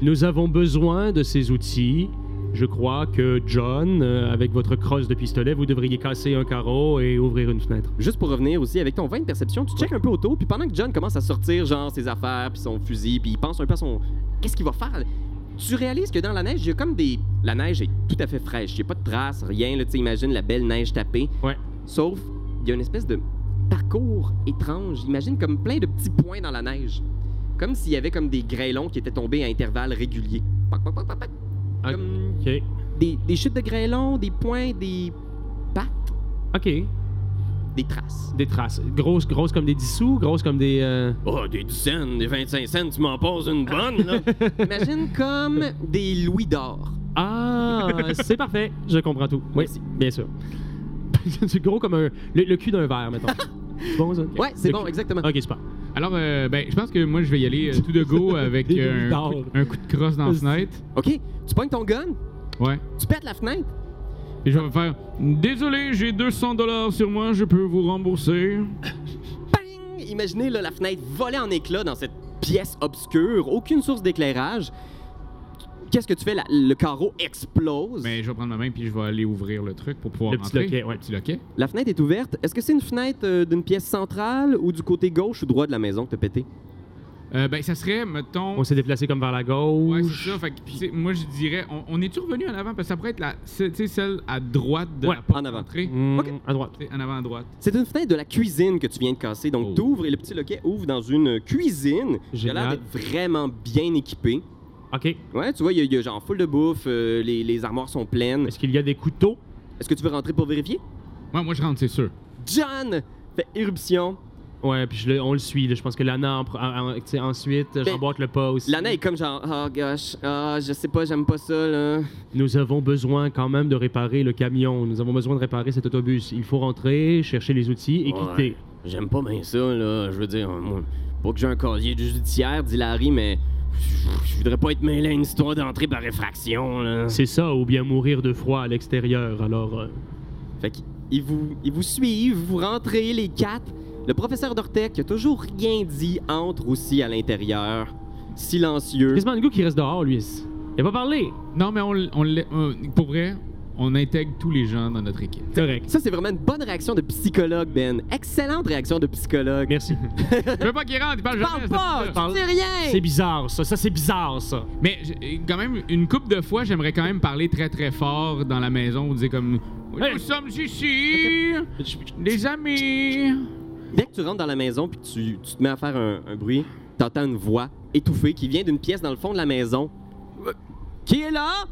B: Nous avons besoin de ces outils. Je crois que John, euh, avec votre crosse de pistolet, vous devriez casser un carreau et ouvrir une fenêtre.
A: Juste pour revenir aussi, avec ton 20 de perception, tu checkes un peu autour, puis pendant que John commence à sortir, genre, ses affaires, puis son fusil, puis il pense un peu à son... Qu'est-ce qu'il va faire? Tu réalises que dans la neige, il y a comme des... La neige est tout à fait fraîche. Il n'y a pas de traces, rien. Là, tu sais, imagine la belle neige tapée.
B: Ouais.
A: Sauf, il y a une espèce de parcours étrange. Imagine comme plein de petits points dans la neige. Comme s'il y avait comme des grêlons qui étaient tombés à intervalles réguliers. Pac, pac, pac, pac, pac.
B: Ah.
A: Comme
B: Ok.
A: des, des chutes de grêlons, des points, des pattes,
B: Ok.
A: des traces.
B: Des traces. Grosses, grosses comme des dissous, grosses comme des. euh,
A: Oh, des 10 cents, des 25 cents, tu m'en poses une bonne, là. Imagine comme des louis d'or. <laughs>
B: Ah, c'est parfait. Je comprends tout. Oui,
A: Merci.
B: bien sûr. <laughs> c'est gros comme un, le, le cul d'un verre,
A: <laughs>
B: mettons. c'est bon, ça?
A: Ouais, c'est
B: Le
A: bon,
B: cul-
A: exactement.
B: Ok, super.
C: Alors, euh, ben, je pense que moi, je vais y aller euh, tout de
B: <laughs>
C: go avec
B: Des
C: euh, un,
B: louis
C: coup, un coup de crosse dans la fenêtre.
A: OK, tu pognes ton gun,
C: Ouais.
A: tu pètes la fenêtre.
C: Et je vais me faire Désolé, j'ai 200 dollars sur moi, je peux vous rembourser.
A: Bang! Imaginez, là, la fenêtre volée en éclats dans cette pièce obscure, aucune source d'éclairage. Qu'est-ce que tu fais? La- le carreau explose.
C: Mais je vais prendre ma main puis je vais aller ouvrir le truc pour pouvoir
B: Le petit
C: rentrer.
B: loquet, ouais.
C: Le petit loquet.
A: La fenêtre est ouverte. Est-ce que c'est une fenêtre euh, d'une pièce centrale ou du côté gauche ou droit de la maison que t'as pété?
C: Euh, ben, ça serait, mettons.
B: On s'est déplacé comme vers la
C: Ouais,
B: gauche.
C: c'est ça. Fait que, tu sais, moi, je dirais, on, on est-tu revenu en avant? Parce que ça pourrait être la, c'est- tu sais, celle à droite de
B: Ouais,
C: la porte
A: en avant.
C: d'entrée.
B: Hmm,
A: Ok.
B: À droite.
C: Tu sais, En avant à droite.
A: C'est une fenêtre de la cuisine que tu viens de casser. Donc,
C: Oh.
A: t'ouvres et le petit loquet ouvre dans une cuisine. J'ai l'air
B: Génial.
A: d'être vraiment bien équipé.
B: Ok.
A: Ouais, tu vois, il y, a- il y a genre full de bouffe, euh, les, les armoires sont pleines.
B: Est-ce qu'il y a des couteaux?
A: Est-ce que tu veux rentrer pour vérifier?
C: Ouais, moi, je rentre, c'est sûr.
A: John fait éruption.
B: Ouais, puis je le- on le suit. là. Je pense que Lana, en pr- en- en- tu sais, ensuite, j'emboîte le pas aussi.
A: Ben, Lana est comme genre, oh gosh, ah, je sais pas, j'aime pas ça, là.
B: Nous avons besoin quand même de réparer le camion. Nous avons besoin de réparer cet autobus. Il faut rentrer, chercher les outils et
A: Ouais.
B: quitter.
A: J'aime pas bien ça, là. Je veux dire, moi, pas que j'ai un casier judiciaire, dit Larry, mais je- je voudrais pas être mêlé à une histoire d'entrée par effraction, là.
B: C'est ça, ou bien mourir de froid à l'extérieur. Alors, euh,
A: Fait qu'ils vous, ils vous suivent, vous rentrez les quatre. Le professeur Dortec, qui a toujours rien dit, entre aussi à l'intérieur, silencieux.
B: quasiment le gars qui reste dehors, lui. Il a pas parlé.
C: Non, mais on, l- on l'a- euh, pour vrai, on intègre tous les gens dans notre
A: <laughs>
C: équipe.
B: Correct.
A: Ça, c'est vraiment une bonne réaction de psychologue, Ben. Excellente réaction de psychologue.
B: Merci.
C: Je veux pas qu'ils rentrent, ils parlent
A: Je parle
C: jamais.
A: pas,
C: c'est ça.
A: je dis
B: C'est
A: rien.
B: bizarre, ça. Ça, c'est bizarre, ça.
C: Mais j'ai- quand même, une coupe de fois, j'aimerais quand même parler très très fort dans la maison, dire comme Nous
B: Hey.
C: sommes ici, les amis.
A: Dès que tu rentres dans la maison puis que tu, tu te mets à faire un, un bruit, t'entends une voix étouffée qui vient d'une pièce dans le fond de la maison. Euh, Qui est là?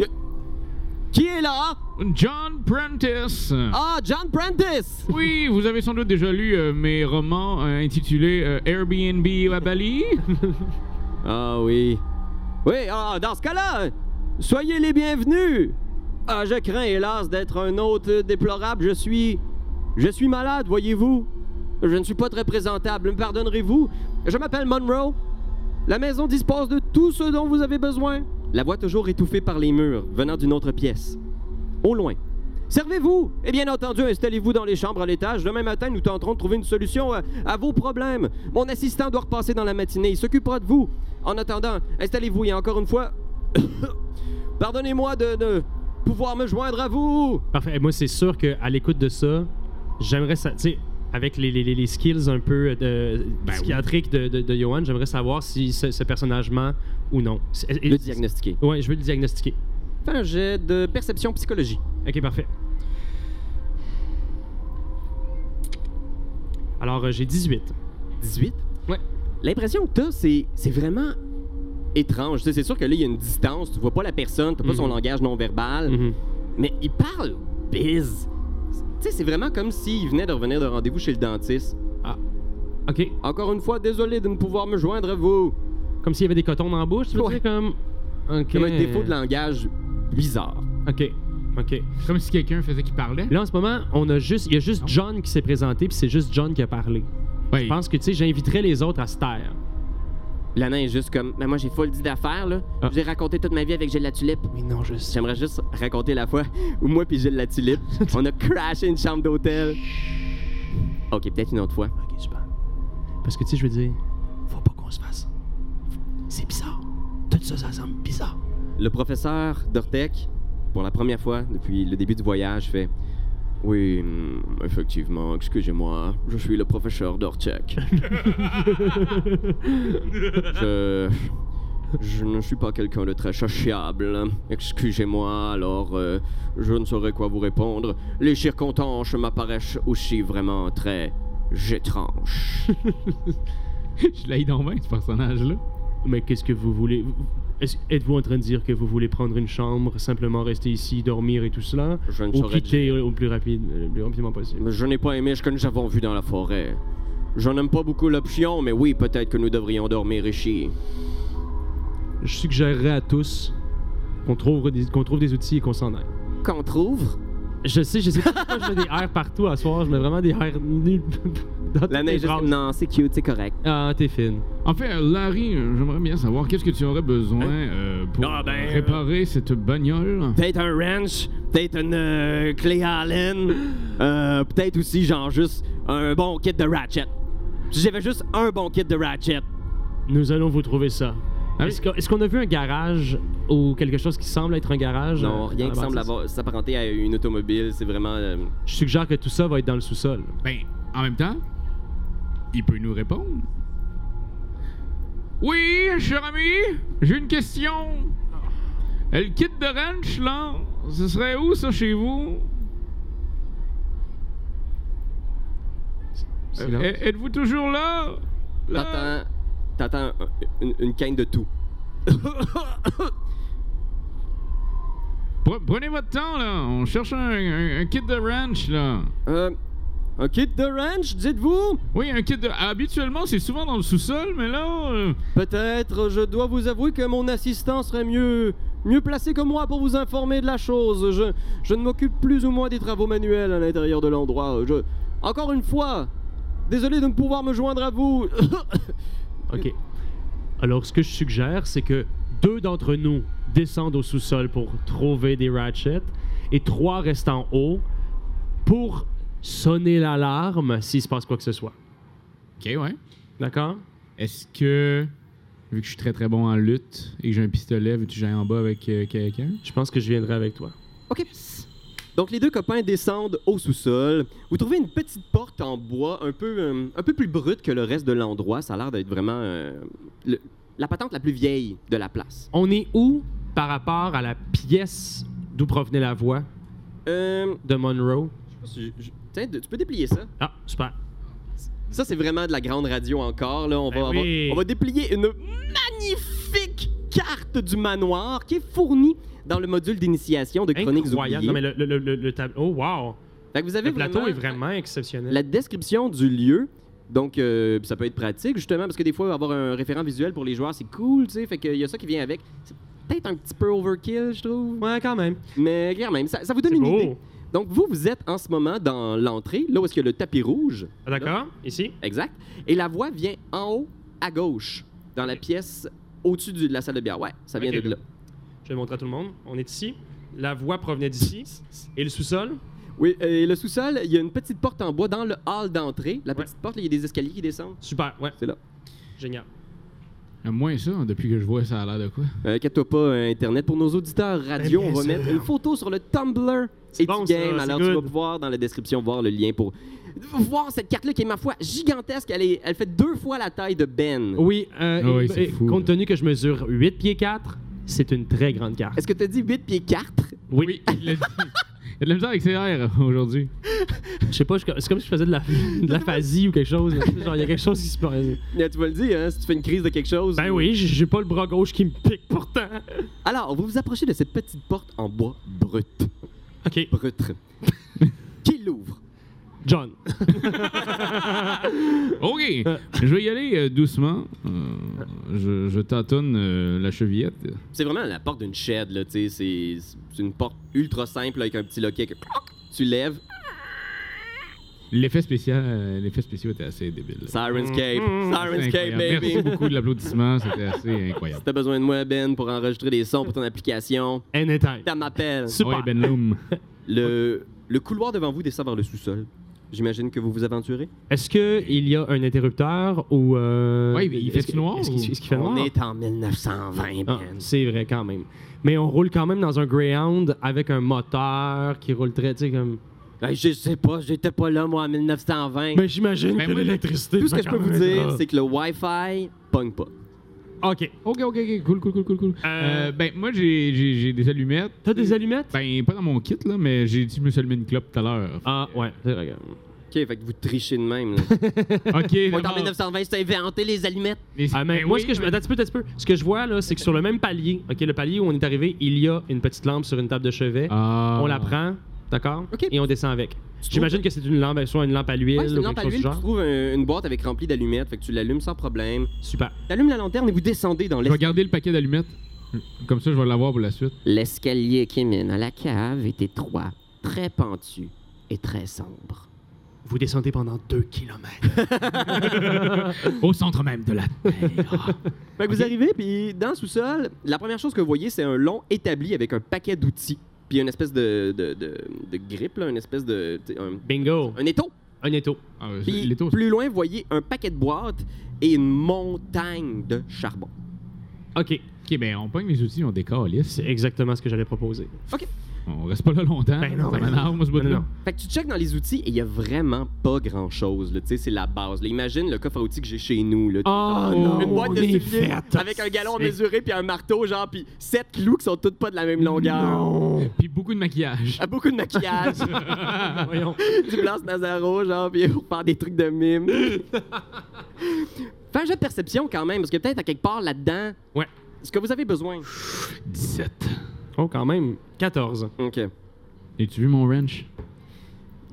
A: Y a- Qui est là?
C: John Prentice.
A: Ah, John Prentice!
C: Oui, vous avez sans doute déjà lu euh, mes romans euh, intitulés euh, Airbnb à Bali.
A: Ah oui. Oui, ah, dans ce cas-là, soyez les bienvenus. Ah, je crains, hélas, d'être un hôte déplorable. Je suis. Je suis malade, voyez-vous. Je ne suis pas très présentable, me pardonnerez-vous. Je m'appelle Monroe. La maison dispose de tout ce dont vous avez besoin. La voix toujours étouffée par les murs, venant d'une autre pièce. Au loin. Servez-vous et bien entendu, installez-vous dans les chambres à l'étage. Demain matin, nous tenterons de trouver une solution à, à vos problèmes. Mon assistant doit repasser dans la matinée. Il s'occupera de vous. En attendant, installez-vous et encore une fois, <coughs> pardonnez-moi de, de pouvoir me joindre à vous.
B: Parfait. Et Moi, c'est sûr qu'à l'écoute de ça, j'aimerais ça. Tu sais, avec les, les- les- les skills un peu euh, de-
C: Ben oui.
B: psychiatriques de, de, de Johan, j'aimerais savoir si ce, ce personnage ment ou non. C'est-
A: Le diagnostiquer.
B: Ouais, je veux le diagnostiquer.
A: Fais un jet de perception psychologie.
B: Ok, parfait. Alors, euh, j'ai 18.
A: 18?
B: Ouais.
A: L'impression que t'as, c'est, c'est vraiment étrange. Tu sais, c'est sûr que là, il y a une distance. Tu vois pas la personne, t'as pas son
B: Mhm.
A: langage non-verbal. Mais il parle biz. Tu sais, c'est vraiment comme s'il venait de revenir de rendez-vous chez le dentiste.
B: Ok.
A: Encore une fois, désolé de ne pouvoir me joindre à vous.
B: Comme s'il y avait des cotons dans la bouche, tu veux
A: Ouais.
B: dire comme. Ok.
A: Comme un défaut de langage bizarre.
B: Ok. Ok.
C: comme si quelqu'un faisait qu'il parlait.
B: Là, en ce moment, on a juste, il y a juste
C: Non.
B: John qui s'est présenté, puis c'est juste John qui a parlé.
C: Ouais.
B: Je pense que, tu sais, j'inviterais les autres à se taire.
A: Lana est juste comme, mais moi j'ai full dit d'affaires là.
B: Ah.
A: J'ai raconté toute ma vie avec Gilles la Tulipe.
B: Mais non, je sais.
A: J'aimerais juste raconter la fois où moi puis Gilles la
B: <laughs>
A: Tulipe, on a crashé une chambre d'hôtel. Ok, peut-être une autre fois.
B: Ok, super. Parce que, tu sais, je veux dire, faut pas qu'on se fasse. C'est bizarre. Tout ça, ça semble bizarre.
A: Le professeur Dortec, pour la première fois depuis le début du voyage, fait Oui, hmm, effectivement, excusez-moi, je suis le professeur Dortec. je, je ne suis pas quelqu'un de très sociable. Excusez-moi, alors euh, je ne saurais quoi vous répondre. Les circonstances m'apparaissent aussi vraiment très étranges.
C: <laughs> je l'ai dans ce personnage-là.
B: Mais qu'est-ce que vous voulez Vous- est-ce- Êtes-vous en train de dire que vous voulez prendre une chambre, simplement rester ici, dormir et tout cela
A: Je ne
B: Ou
A: saurais
B: quitter au plus, rapide, euh, le plus rapidement possible
A: Mais Je n'ai pas aimé ce que nous avons vu dans la forêt. Je n'aime pas <laughs> beaucoup l'option, mais oui, peut-être que nous devrions dormir ici.
B: Je suggérerais à tous qu'on trouve, des- qu'on trouve des outils et qu'on s'en aille.
A: Qu'on trouve?
B: Je sais, je sais pas pourquoi je mets des R partout à soir, je mets vraiment des R nuls <laughs> dans toutes
A: La
B: les
A: neige, juste
B: phrases.
A: comme, non, c'est cute, c'est correct.
B: Ah, t'es fine.
C: En fait, euh, Larry, euh, j'aimerais bien savoir qu'est-ce que tu aurais besoin euh, pour
A: Ah, ben,
C: euh, réparer cette bagnole.
A: Peut-être un wrench, peut-être une euh, clé Allen, <gasps> euh, peut-être aussi, genre, juste un bon kit de ratchet. Si j'avais juste un bon kit de ratchet,
B: Nous allons vous trouver ça.
C: Ah oui?
B: Est-ce que- est-ce qu'on a vu un garage ou quelque chose qui semble être un garage?
A: non,
B: euh,
A: rien
B: dans
A: qui
B: la
A: semble
B: bâtisse?
A: avoir- s'apparenter à une automobile, c'est vraiment... euh,
B: Je suggère que tout ça va être dans le sous-sol.
C: Ben, en même temps, il peut nous répondre. Oui, cher ami, j'ai une question. Euh, Le kit de ranch, là, ce serait où, ça, chez vous? Euh,
B: Silence.
C: e- Êtes-vous toujours là? là?
A: T'entends, t'entends une, une canne de <laughs> tout.
C: Pre- Prenez votre temps, là. On cherche un, un- un kit de ranch, là.
A: Euh,
D: Un kit de ranch, dites-vous
C: Oui, un kit de. Habituellement, c'est souvent dans le sous-sol, mais là. euh,
D: Peut-être, je dois vous avouer que mon assistant serait mieux, mieux placé que moi pour vous informer de la chose. Je, je ne m'occupe plus ou moins des travaux manuels à l'intérieur de l'endroit. Je, encore une fois, désolé de ne pouvoir me joindre à vous. <coughs>
B: OK. Alors, ce que je suggère, c'est que deux d'entre nous descendent au sous-sol pour trouver des ratchets et trois restent en haut pour sonner l'alarme s'il se passe quoi que ce soit.
C: Ok, ouais.
B: D'accord?
C: Est-ce que. Vu que je suis très très bon en lutte et que j'ai un pistolet, veux-tu que j'aille en bas avec euh, quelqu'un
B: Je pense que je viendrai avec toi.
D: Ok. Donc les deux copains descendent au sous-sol. Vous trouvez une petite porte en bois, un peu, euh, un peu plus brute que le reste de l'endroit. Ça a l'air d'être vraiment euh, le- la patente la plus vieille de la place.
B: On est où par rapport à la pièce d'où provenait la voix
D: Euh,
B: de Monroe?
D: je sais pas si je- je- tiens, tu peux déplier ça.
B: Ah, super.
D: Ça, c'est vraiment de la grande radio encore. Là. On, va,
B: Ben
D: on va-
B: oui.
D: on va déplier une magnifique carte du manoir qui est fournie dans le module d'initiation de Chroniques
B: Incroyable.
D: oubliées.
B: Non, mais le, le- le- le- le tab- Oh, wow.
D: Fait que vous avez
B: Le plateau
D: vraiment-
B: est vraiment exceptionnel.
D: La description du lieu, donc euh, ça peut être pratique justement parce que des fois, avoir un référent visuel pour les joueurs, c'est cool, tu sais. Fait qu'il y a ça qui vient avec. C'est peut-être un petit peu overkill, je trouve.
B: Ouais, quand même.
D: Mais quand même, ça, ça vous donne
B: C'est
D: une
B: beau.
D: idée. Donc vous, vous êtes en ce moment dans l'entrée, là où est-ce qu'il y a le tapis rouge.
B: Ah, D'accord? Ici?
D: Exact. Et la voix vient en haut à gauche, dans la pièce au-dessus du- de la salle de bière. Ouais, ça vient
B: Ok.
D: de là.
B: Je vais le montrer à tout le monde. On est ici. La voix provenait d'ici. Et le sous-sol?
D: Oui, et le sous-sol, il y a une petite porte en bois dans le hall d'entrée. La petite porte, là, il y a des escaliers qui descendent.
B: Super, ouais.
D: C'est là.
B: Génial.
C: À moins ça, depuis que je vois ça a l'air de quoi
D: Euh, Inquiète-toi pas, euh, Internet. Pour nos auditeurs radio,
B: Ben,
D: on va
B: bien
D: mettre une photo sur le Tumblr et
B: bon,
D: du
B: ça,
D: game.
B: c'est
D: Alors, tu
B: good.
D: vas pouvoir, dans la description, voir le lien pour voir cette carte-là qui est, ma foi, gigantesque. Elle, est, elle fait deux fois la taille de Ben.
B: Oui, euh,
C: Ah oui,
B: et-
C: c'est
B: et
C: fou,
B: compte
C: là.
B: tenu que je mesure 8 pieds 4, c'est une très grande carte.
D: Est-ce que tu as dit 8 pieds 4? <laughs>
B: Oui. <laughs>
C: il a dit- il y a de la misère avec ses airs <laughs> aujourd'hui.
B: Je sais pas, je- c'est comme si je faisais de la, <laughs> de l'aphasie ou quelque chose. là. Genre, il y a quelque chose qui se passe.
D: Là, Tu vas le dire, hein, si tu fais une crise de quelque chose.
B: Ben oui, j'ai j'ai pas le bras gauche qui me pique pourtant.
D: Alors, vous vous approchez de cette petite porte en bois brut.
B: OK,
D: <laughs> Brutre. qui l'ouvre?
B: John.
C: Ok, je vais y aller euh, doucement. Euh, je, je tâtonne euh, la chevillette.
D: C'est vraiment la porte d'une shed, là, tu sais. C'est c'est une porte ultra simple avec un petit loquet que tu lèves.
C: L'effet spécial, euh, l'effet spécial était assez débile.
D: Sirenscape,
B: Mm.
C: C'était
D: Sirenscape,
C: incroyable.
D: baby.
C: Merci beaucoup de l'applaudissement, c'était assez
D: Si
C: incroyable.
D: t'as besoin de moi, Ben, pour enregistrer des sons pour ton application,
B: Anytime.
D: t'as m'appelle.
B: Super.
C: Ouais, Ben Loom.
D: Le, le couloir devant vous descend vers le sous-sol. J'imagine que vous vous aventurez.
B: Est-ce qu'il y a un interrupteur ou. Euh,
C: Ouais, il fait
B: est-ce que-
C: noir
B: Est-ce qu'il
C: ou-
B: est-ce qu'il fait
D: On
B: noir?
D: est en 1920,
B: Ah,
D: Ben.
B: c'est vrai quand même. Mais on roule quand même dans un Greyhound avec un moteur qui roule très, tu sais, comme.
D: Hey, je sais pas, j'étais pas là, moi, en 1920.
B: Mais Ah, j'imagine
C: Ben
B: que
C: moi,
B: l'électricité.
D: Tout ce
B: va
D: que je peux
B: quand
D: vous
B: même
D: dire,
B: être
D: c'est que le Wi-Fi pogne pas.
B: là. OK.
C: Ok, ok, ok, cool, cool, cool, cool. cool.
B: Euh,
C: Euh, ben, moi, j'ai- j'ai j'ai des allumettes.
B: T'as des allumettes?
C: Ben, pas dans mon kit, là, mais j'ai dit, je me suis allumé une clope tout à l'heure.
B: Ah, ouais. c'est vrai.
D: Ok, fait que vous trichez de même. là.
C: Ok,
D: On est en
C: d'abord.
D: 1920, c'est inventé les allumettes.
C: Mais-
B: Ah, mais
C: ben
B: moi,
C: oui,
B: ce que je.
C: mais-
B: Attends, un petit peu, attends, un petit peu. Ce que je vois, là, c'est que sur le même palier, OK, le palier où on est arrivé, il y a une petite lampe sur une table de chevet.
C: Ah.
B: On la prend, d'accord?
D: OK.
B: Et on descend avec. J'imagine que c'est une lampe, soit une lampe à l'huile
D: Ouais, c'est
B: ou
D: une lampe
B: quelque chose
D: à
B: du
D: l'huile, tu
B: genre.
D: trouves un- une boîte avec remplie d'allumettes, fait que tu l'allumes sans problème.
B: Super.
D: T'allumes la lanterne et vous descendez dans
C: Je vais
D: l'escalier.
C: garder le paquet d'allumettes. Comme ça, je vais l'avoir pour la suite.
D: L'escalier qui mène à la cave est étroit, très pentu et très sombre.
B: Vous descendez pendant 2 kilomètres.
C: Au centre même de la Terre.
D: Fait que vous arrivez, puis dans le sous-sol, la première chose que vous voyez, c'est un long établi avec un paquet d'outils, puis une espèce de, de, de, de grippe, là, une espèce de. t'sais, Un,
B: <laughs> Bingo.
D: un étau.
B: Un étau.
C: <laughs> Ah, ouais,
D: Puis
C: les taux.
D: plus loin, vous voyez un paquet de boîtes et une montagne de charbon.
B: OK.
C: Ok, ben, on pogne les outils, on décalisse.
B: C'est exactement ce que j'allais proposer.
C: On reste pas là longtemps.
B: Ben non,
C: ça
B: ben
C: m'énerve,
B: non.
C: moi, ce bout-là.
B: Non, non.
D: Fait que tu checkes dans les outils et il y a vraiment pas grand-chose. là. Tu sais, c'est la base. là. Imagine le coffre à outils que j'ai chez nous. Là.
B: Oh,
D: Une
B: non,
D: boîte de
B: on est
D: souliers
B: faite.
D: avec un galon à
B: C'est-
D: mesurer puis un marteau, genre, puis sept clous qui sont toutes pas de la même longueur.
C: oh, Puis beaucoup de maquillage.
D: Ah, Beaucoup
B: <laughs>
D: de maquillage,
B: Voyons.
D: du Blas Nazaro, genre, puis pour faire des trucs de mime. Fais un jeu de perception quand même, parce que peut-être à quelque part là-dedans,
B: Ouais.
D: ce que vous avez besoin.
C: 17.
B: Oh, quand même. 14.
D: OK.
C: Et tu vu mon wrench?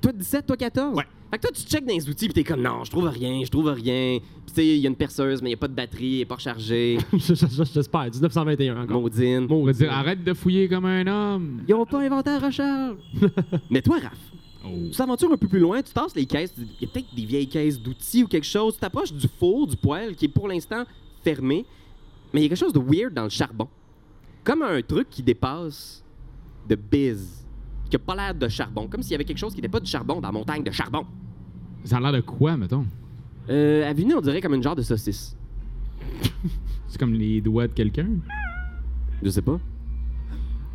D: Toi, 17, toi, 14?
B: Ouais.
D: Fait que toi, tu checkes dans les outils, puis t'es comme, non, je trouve rien, je trouve rien. Puis tu sais, il y a une perceuse, mais il n'y a pas de batterie, elle est pas rechargée.
B: <laughs> <laughs> Je- je- je- J'espère. 1921 encore.
D: Maudine.
C: On va dire arrête de fouiller comme un homme.
D: Ils ont pas inventé la recharge. mais toi, Raph,
C: Oh.
D: tu t'aventures un peu plus loin, tu tasses les caisses, il y a peut-être des vieilles caisses d'outils ou quelque chose, tu t'approches du four, du poêle, qui est pour l'instant fermé, mais il y a quelque chose de weird dans le charbon. Comme un truc qui dépasse de bise, qui a pas l'air de charbon, comme s'il y avait quelque chose qui n'était pas du charbon dans la montagne de charbon.
C: Ça a l'air de quoi, mettons?
D: Euh, à vue nue, on dirait comme une genre de saucisse.
C: C'est comme les doigts de quelqu'un?
D: Je sais pas.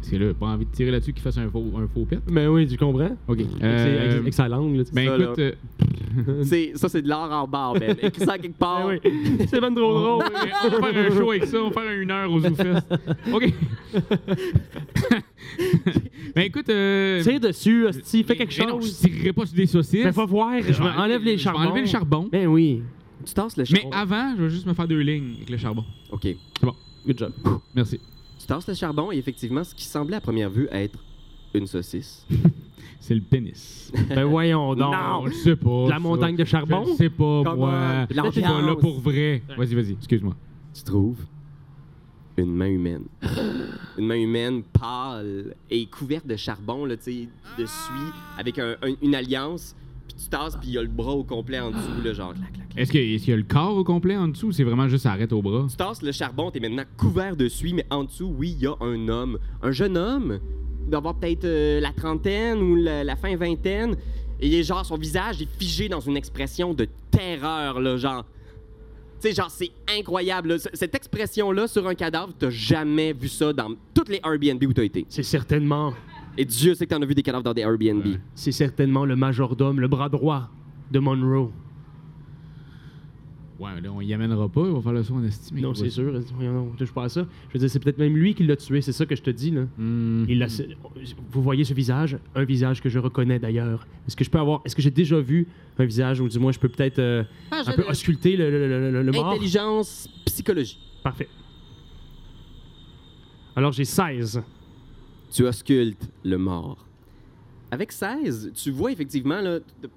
C: Parce que là, pas envie de tirer là-dessus qu'il fasse un faux, un faux pet.
B: Mais Ben oui, tu comprends.
C: OK.
B: C'est
C: euh,
B: avec sa langue. là, tu sais.
C: ben
D: ça,
C: écoute, euh,
D: C'est, ça, c'est de l'or en barre, Ben. Écris ça quelque part.
B: Ben oui. <laughs> C'est ben trop
C: on,
B: drôle.
C: oh, on va faire un show avec ça, on va faire une heure aux ZooFest. OK. <laughs> ben écoute, euh,
B: Tire dessus, hostie, fais quelque
C: mais non,
B: chose.
C: je tirerai pas sur des saucisses.
B: Mais va voir, je me enlève les
C: Ah, Je vais
B: charbons.
C: enlever le charbon.
B: Ben oui.
D: Tu tasses le
C: Mais
D: charbon.
C: avant, je vais juste me faire deux lignes avec le charbon.
D: OK.
B: Good <laughs> job.
C: Merci.
D: Tu tasses le charbon et effectivement, ce qui semblait à première vue être une saucisse.
C: C'est le pénis.
B: Ben voyons donc.
D: Non.
C: On le sait pas.
B: La
C: ça.
B: montagne de
C: Je le
B: charbon.
C: sais pas,
D: Come
C: moi.
D: on.
C: Je suis pas là
D: L'ambiance.
C: pour vrai. Vas-y, vas-y, excuse-moi.
D: Tu trouves une main humaine. Une main humaine pâle et couverte de charbon, là, tu sais, de suie, avec un- un- une alliance. Puis tu tasses, puis il y a le bras au complet en dessous, là, genre clac, clac, clac.
C: Est-ce que- est-ce qu'il y a le corps au complet en dessous ou c'est vraiment juste ça arrête au bras?
D: Tu tasses le charbon, t'es maintenant couvert de suie, mais en dessous, oui, il y a un homme. Un jeune homme, d'avoir peut-être euh, la trentaine ou la, la fin vingtaine. Et il est genre, son visage est figé dans une expression de terreur, là, genre. Tu sais, genre, c'est incroyable. là. C- Cette expression-là sur un cadavre, t'as jamais vu ça dans toutes les Airbnb où t'as été.
B: C'est certainement,
D: Et Dieu sait que t'en as vu des cadavres dans des Airbnb.
C: Ouais.
B: c'est certainement le majordome, le bras droit de Monroe.
C: Ouais, là, on y amènera pas, on va faire le son en estime.
B: Non, c'est sûr. Voyons, non, on touche pas à ça. Je veux dire, c'est peut-être même lui qui l'a tué. C'est ça que je te dis là.
C: Hmm.
B: Il l'a- Vous voyez ce visage, un visage que je reconnais d'ailleurs. Est-ce que je peux avoir, est-ce que j'ai déjà vu un visage ou du moins je peux peut-être euh, un peu ausculter le, le, le- le- le mort.
D: Intelligence, psychologie.
B: Parfait. Alors j'ai 16.
D: Tu auscultes le mort. Avec 16, tu vois effectivement, là, t-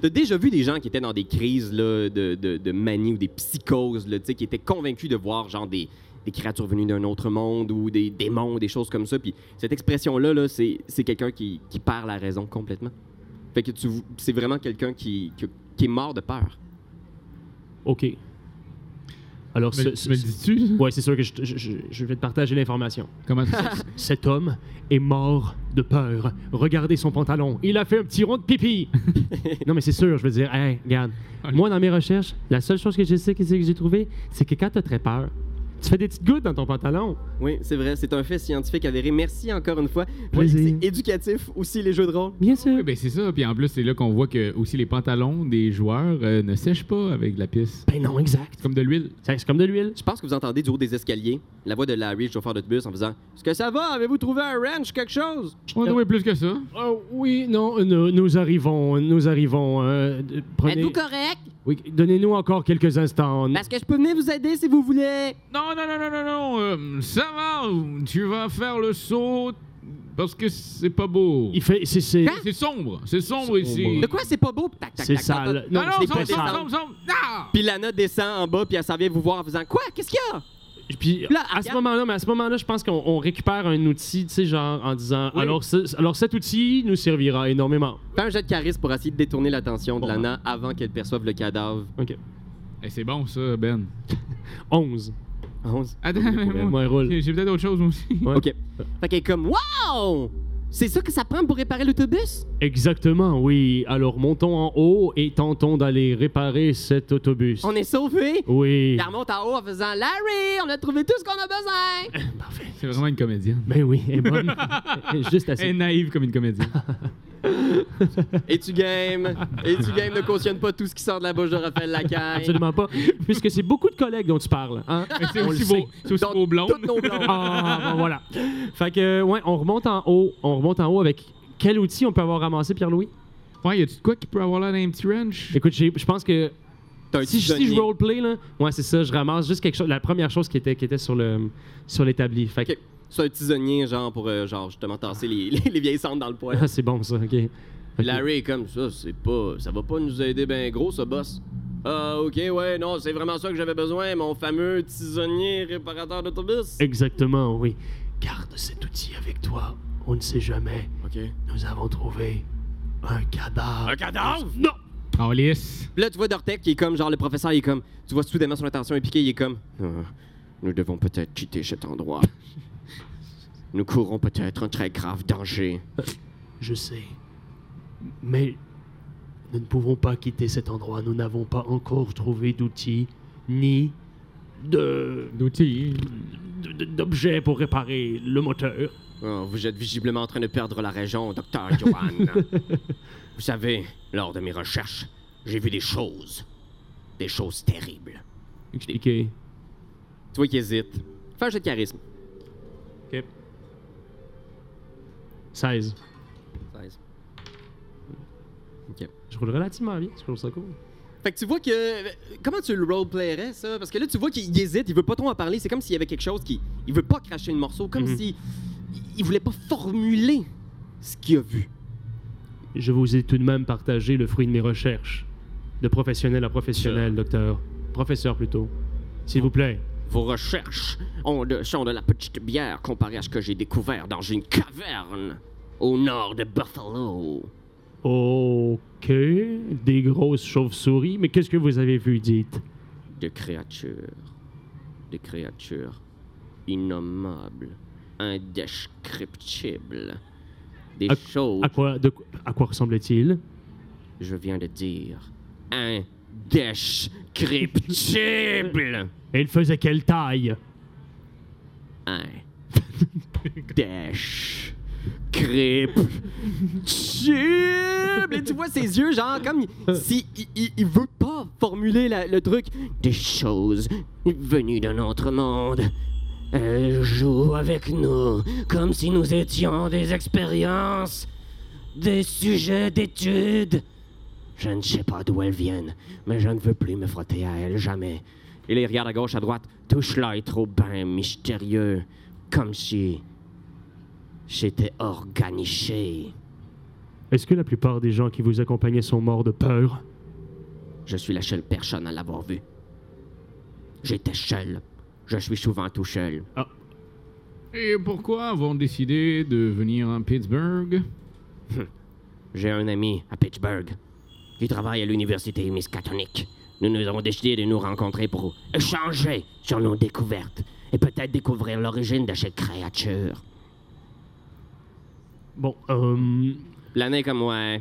D: t'as déjà vu des gens qui étaient dans des crises là, de, de, de manie ou des psychoses, là, tu sais, qui étaient convaincus de voir genre des, des créatures venues d'un autre monde ou des démons, des choses comme ça. Puis cette expression-là, là, c'est c'est quelqu'un qui, qui perd la raison complètement. Fait que tu, c'est vraiment quelqu'un qui, qui, qui est mort de peur.
B: Ok. Alors
C: Me,
B: ce, ce-
C: me le dis-tu? ça?
B: ouais, c'est sûr que je, je- je- je vais te partager l'information. <laughs>
C: Comment ça?
B: Cet homme est mort de peur. Regardez son pantalon. Il a fait un petit rond de
D: <laughs>
B: pipi. non, mais c'est sûr, je veux dire, hey, regarde. Moi, dans mes recherches, la seule chose que je sais que c'est que j'ai trouvé, c'est que quand t'as très peur, tu fais des petites gouttes dans ton pantalon.
D: Oui, c'est vrai, c'est un fait scientifique avéré. Merci encore une fois. Voilà,
B: Plaisir.
D: c'est éducatif aussi les jeux de rôle.
B: Bien sûr.
C: Oui, ben c'est ça. Puis en plus, c'est là qu'on voit que aussi les pantalons des joueurs euh, ne sèchent pas avec de la pisse.
B: Ben non, exact.
C: C'est comme de l'huile.
B: C'est c'est comme de l'huile.
D: Je pense que vous entendez du haut des escaliers la voix de Larry, le chauffeur d'autobus, en faisant Est-ce que ça va Avez-vous trouvé un ranch, quelque chose
C: On a trouvé plus que ça.
B: Oh, oui, non, nous, nous arrivons, nous arrivons. euh, de- prenez,
D: Êtes-vous Bah- correct
B: oui, donnez-nous encore quelques instants.
D: Parce que je peux venir vous aider si vous voulez.
C: Non, non, non, non, non, non. euh, ça va. Tu vas faire le saut parce que c'est pas beau.
B: Il fait, c'est, c'est,
C: C'est sombre. C'est sombre ici. Ah
D: De quoi c'est pas beau Tac, Hein? tac,
B: c'est
D: tac, tac,
B: sale.
D: tac.
C: Non,
B: Non,
C: non,
B: c'est
C: sombre,
B: pas
D: ça.
C: sombre,
B: sale.
C: sombre, sombre. Ah!
D: Puis Lana descend en bas, puis elle s'en vient vous voir en faisant Quoi Qu'est-ce qu'il y a
B: Puis
D: Là,
B: à ce
D: regarde.
B: moment-là, mais à ce moment-là, je pense qu'on on récupère un outil, tu sais, genre en disant
D: Oui.
B: alors, ce- alors cet outil nous servira énormément.
D: Fais un jet de charisme pour essayer de détourner l'attention de
B: Bon,
D: Lana avant qu'elle perçoive le cadavre.
B: Ok.
C: Eh, c'est bon ça, Ben.
D: <laughs>
B: 11.
D: 11.
C: Attends, mais
B: Ouais,
C: moi,
B: moi, elle roule.
C: j'ai j'ai peut-être autre chose aussi.
B: Ouais.
D: Ok. Fait qu'elle est comme Wow C'est ça que ça prend pour réparer l'autobus
B: Exactement, oui. Alors montons en haut et tentons d'aller réparer cet autobus.
D: On est sauvés
B: Oui.
D: Elle remonte en haut en faisant Larry, on a trouvé tout ce qu'on a besoin
B: Parfait.
C: <laughs> C'est vraiment une comédienne.
B: Ben oui, elle est
D: <laughs>
B: bonne. Elle est Juste
C: Elle est
B: assez.
C: naïve comme une <laughs> comédienne.
D: <laughs> Et tu games Et tu games ne cautionne pas <laughs> tout ce qui sort de la bouche de Raphaël Lacaille.
B: Absolument pas. Puisque c'est beaucoup de collègues dont tu parles.
D: <laughs>
B: Hein?
C: Mais c'est
B: On
C: aussi
B: le
C: beau,
B: sait.
C: c'est aussi
D: Donc,
C: beau blonde.
D: Toutes nos blondes.
B: Ah, bon, voilà. Fait que, ouais, on remonte en haut. On remonte en haut avec quel outil on peut avoir ramassé, Pierre-Louis?
C: Ouais, y a-tu de quoi qui peut avoir l'air d'un petit wrench?
B: Écoute, j'ai- je pense que
D: T'as un
B: si, je- si
D: tisonnier.
B: je roleplay, là, ouais, c'est ça, je ramasse juste quelque chose, la première chose qui était, qui était sur le sur l'établi. Fait
A: <laughs>
B: que,
D: <laughs> Ok. C'est un tisonnier, genre, pour, euh, genre, justement, tasser les, les- les vieilles cendres dans le poêle.
B: ah, c'est bon, ça, ok.
D: Puis Larry est comme ça, c'est pas, ça va pas nous aider ben gros, ce boss. Ah, ok, ouais, non, c'est vraiment ça que j'avais besoin, mon fameux tisonnier réparateur d'autobus.
A: Exactement, oui. Garde cet outil avec toi. On ne sait jamais.
D: Ok.
A: Nous avons trouvé un cadavre.
D: Un cadavre?
A: Non!
C: Ah, Alice.
D: Puis là, tu vois Dortec qui est comme, genre, le professeur, il est comme, tu vois soudainement son attention est piquée, il est comme, Ah, nous devons peut-être quitter cet endroit. nous courons peut-être un très grave danger.
A: Je sais. Mais nous ne pouvons pas quitter cet endroit. Nous n'avons pas encore trouvé d'outils ni de
C: D'outils.
A: de- de- d'objets pour réparer le moteur.
D: Oh, vous êtes visiblement en train de perdre la région, docteur Johan. vous savez, lors de mes recherches, j'ai vu des choses. Des choses terribles.
C: Expliquez.
D: Tu vois qu'il hésite. Fais un jeu de charisme.
B: 16.
D: 16.
B: Je roule relativement bien, je trouve ça cool.
D: Fait que tu vois que. Comment tu le roleplayerais, ça? Parce que là, tu vois qu'il hésite, il veut pas trop en parler. C'est comme s'il y avait quelque chose qui. Il veut pas cracher le morceau, comme
B: Mhm.
D: si. Il voulait pas formuler ce qu'il a vu.
A: Je vous ai tout de même partagé le fruit de mes recherches. De professionnel à professionnel, docteur. Professeur plutôt. S'il vous plaît.
D: Vos recherches ont de, sont de la petite bière comparée à ce que j'ai découvert dans une caverne au nord de Buffalo.
A: Ok, des grosses chauves-souris, mais qu'est-ce que vous avez vu, dites
D: de créatures, de créatures innommables, indescriptibles, des
A: À-
D: choses,
A: À quoi, de quoi- à quoi ressemble-t-il
D: je viens de dire, indescriptibles,
A: Et il faisait quelle taille
D: indescriptibles. Et tu vois ses yeux, genre comme si il, il- il veut pas formuler la- le truc. Des choses venues d'un autre monde. Elles jouent avec nous comme si nous étions des expériences, des sujets d'études. Je ne sais pas d'où elles viennent, mais je ne veux plus me frotter à elles jamais. Et les regarde à gauche, à droite. Tout cela est trop bien mystérieux, comme si c'était organisé.
A: Est-ce que la plupart des gens qui vous accompagnaient sont morts de peur
D: Je suis la seule personne à l'avoir vu. J'étais seul. Je suis souvent tout seul.
C: Et pourquoi avons décidé de venir en Pittsburgh?
D: J'ai un ami à Pittsburgh qui travaille à l'université Miskatonic. Nous nous avons décidé de nous rencontrer pour échanger sur nos découvertes et peut-être découvrir l'origine de cette créature.
A: Bon, euh,
D: L'année comme ouais.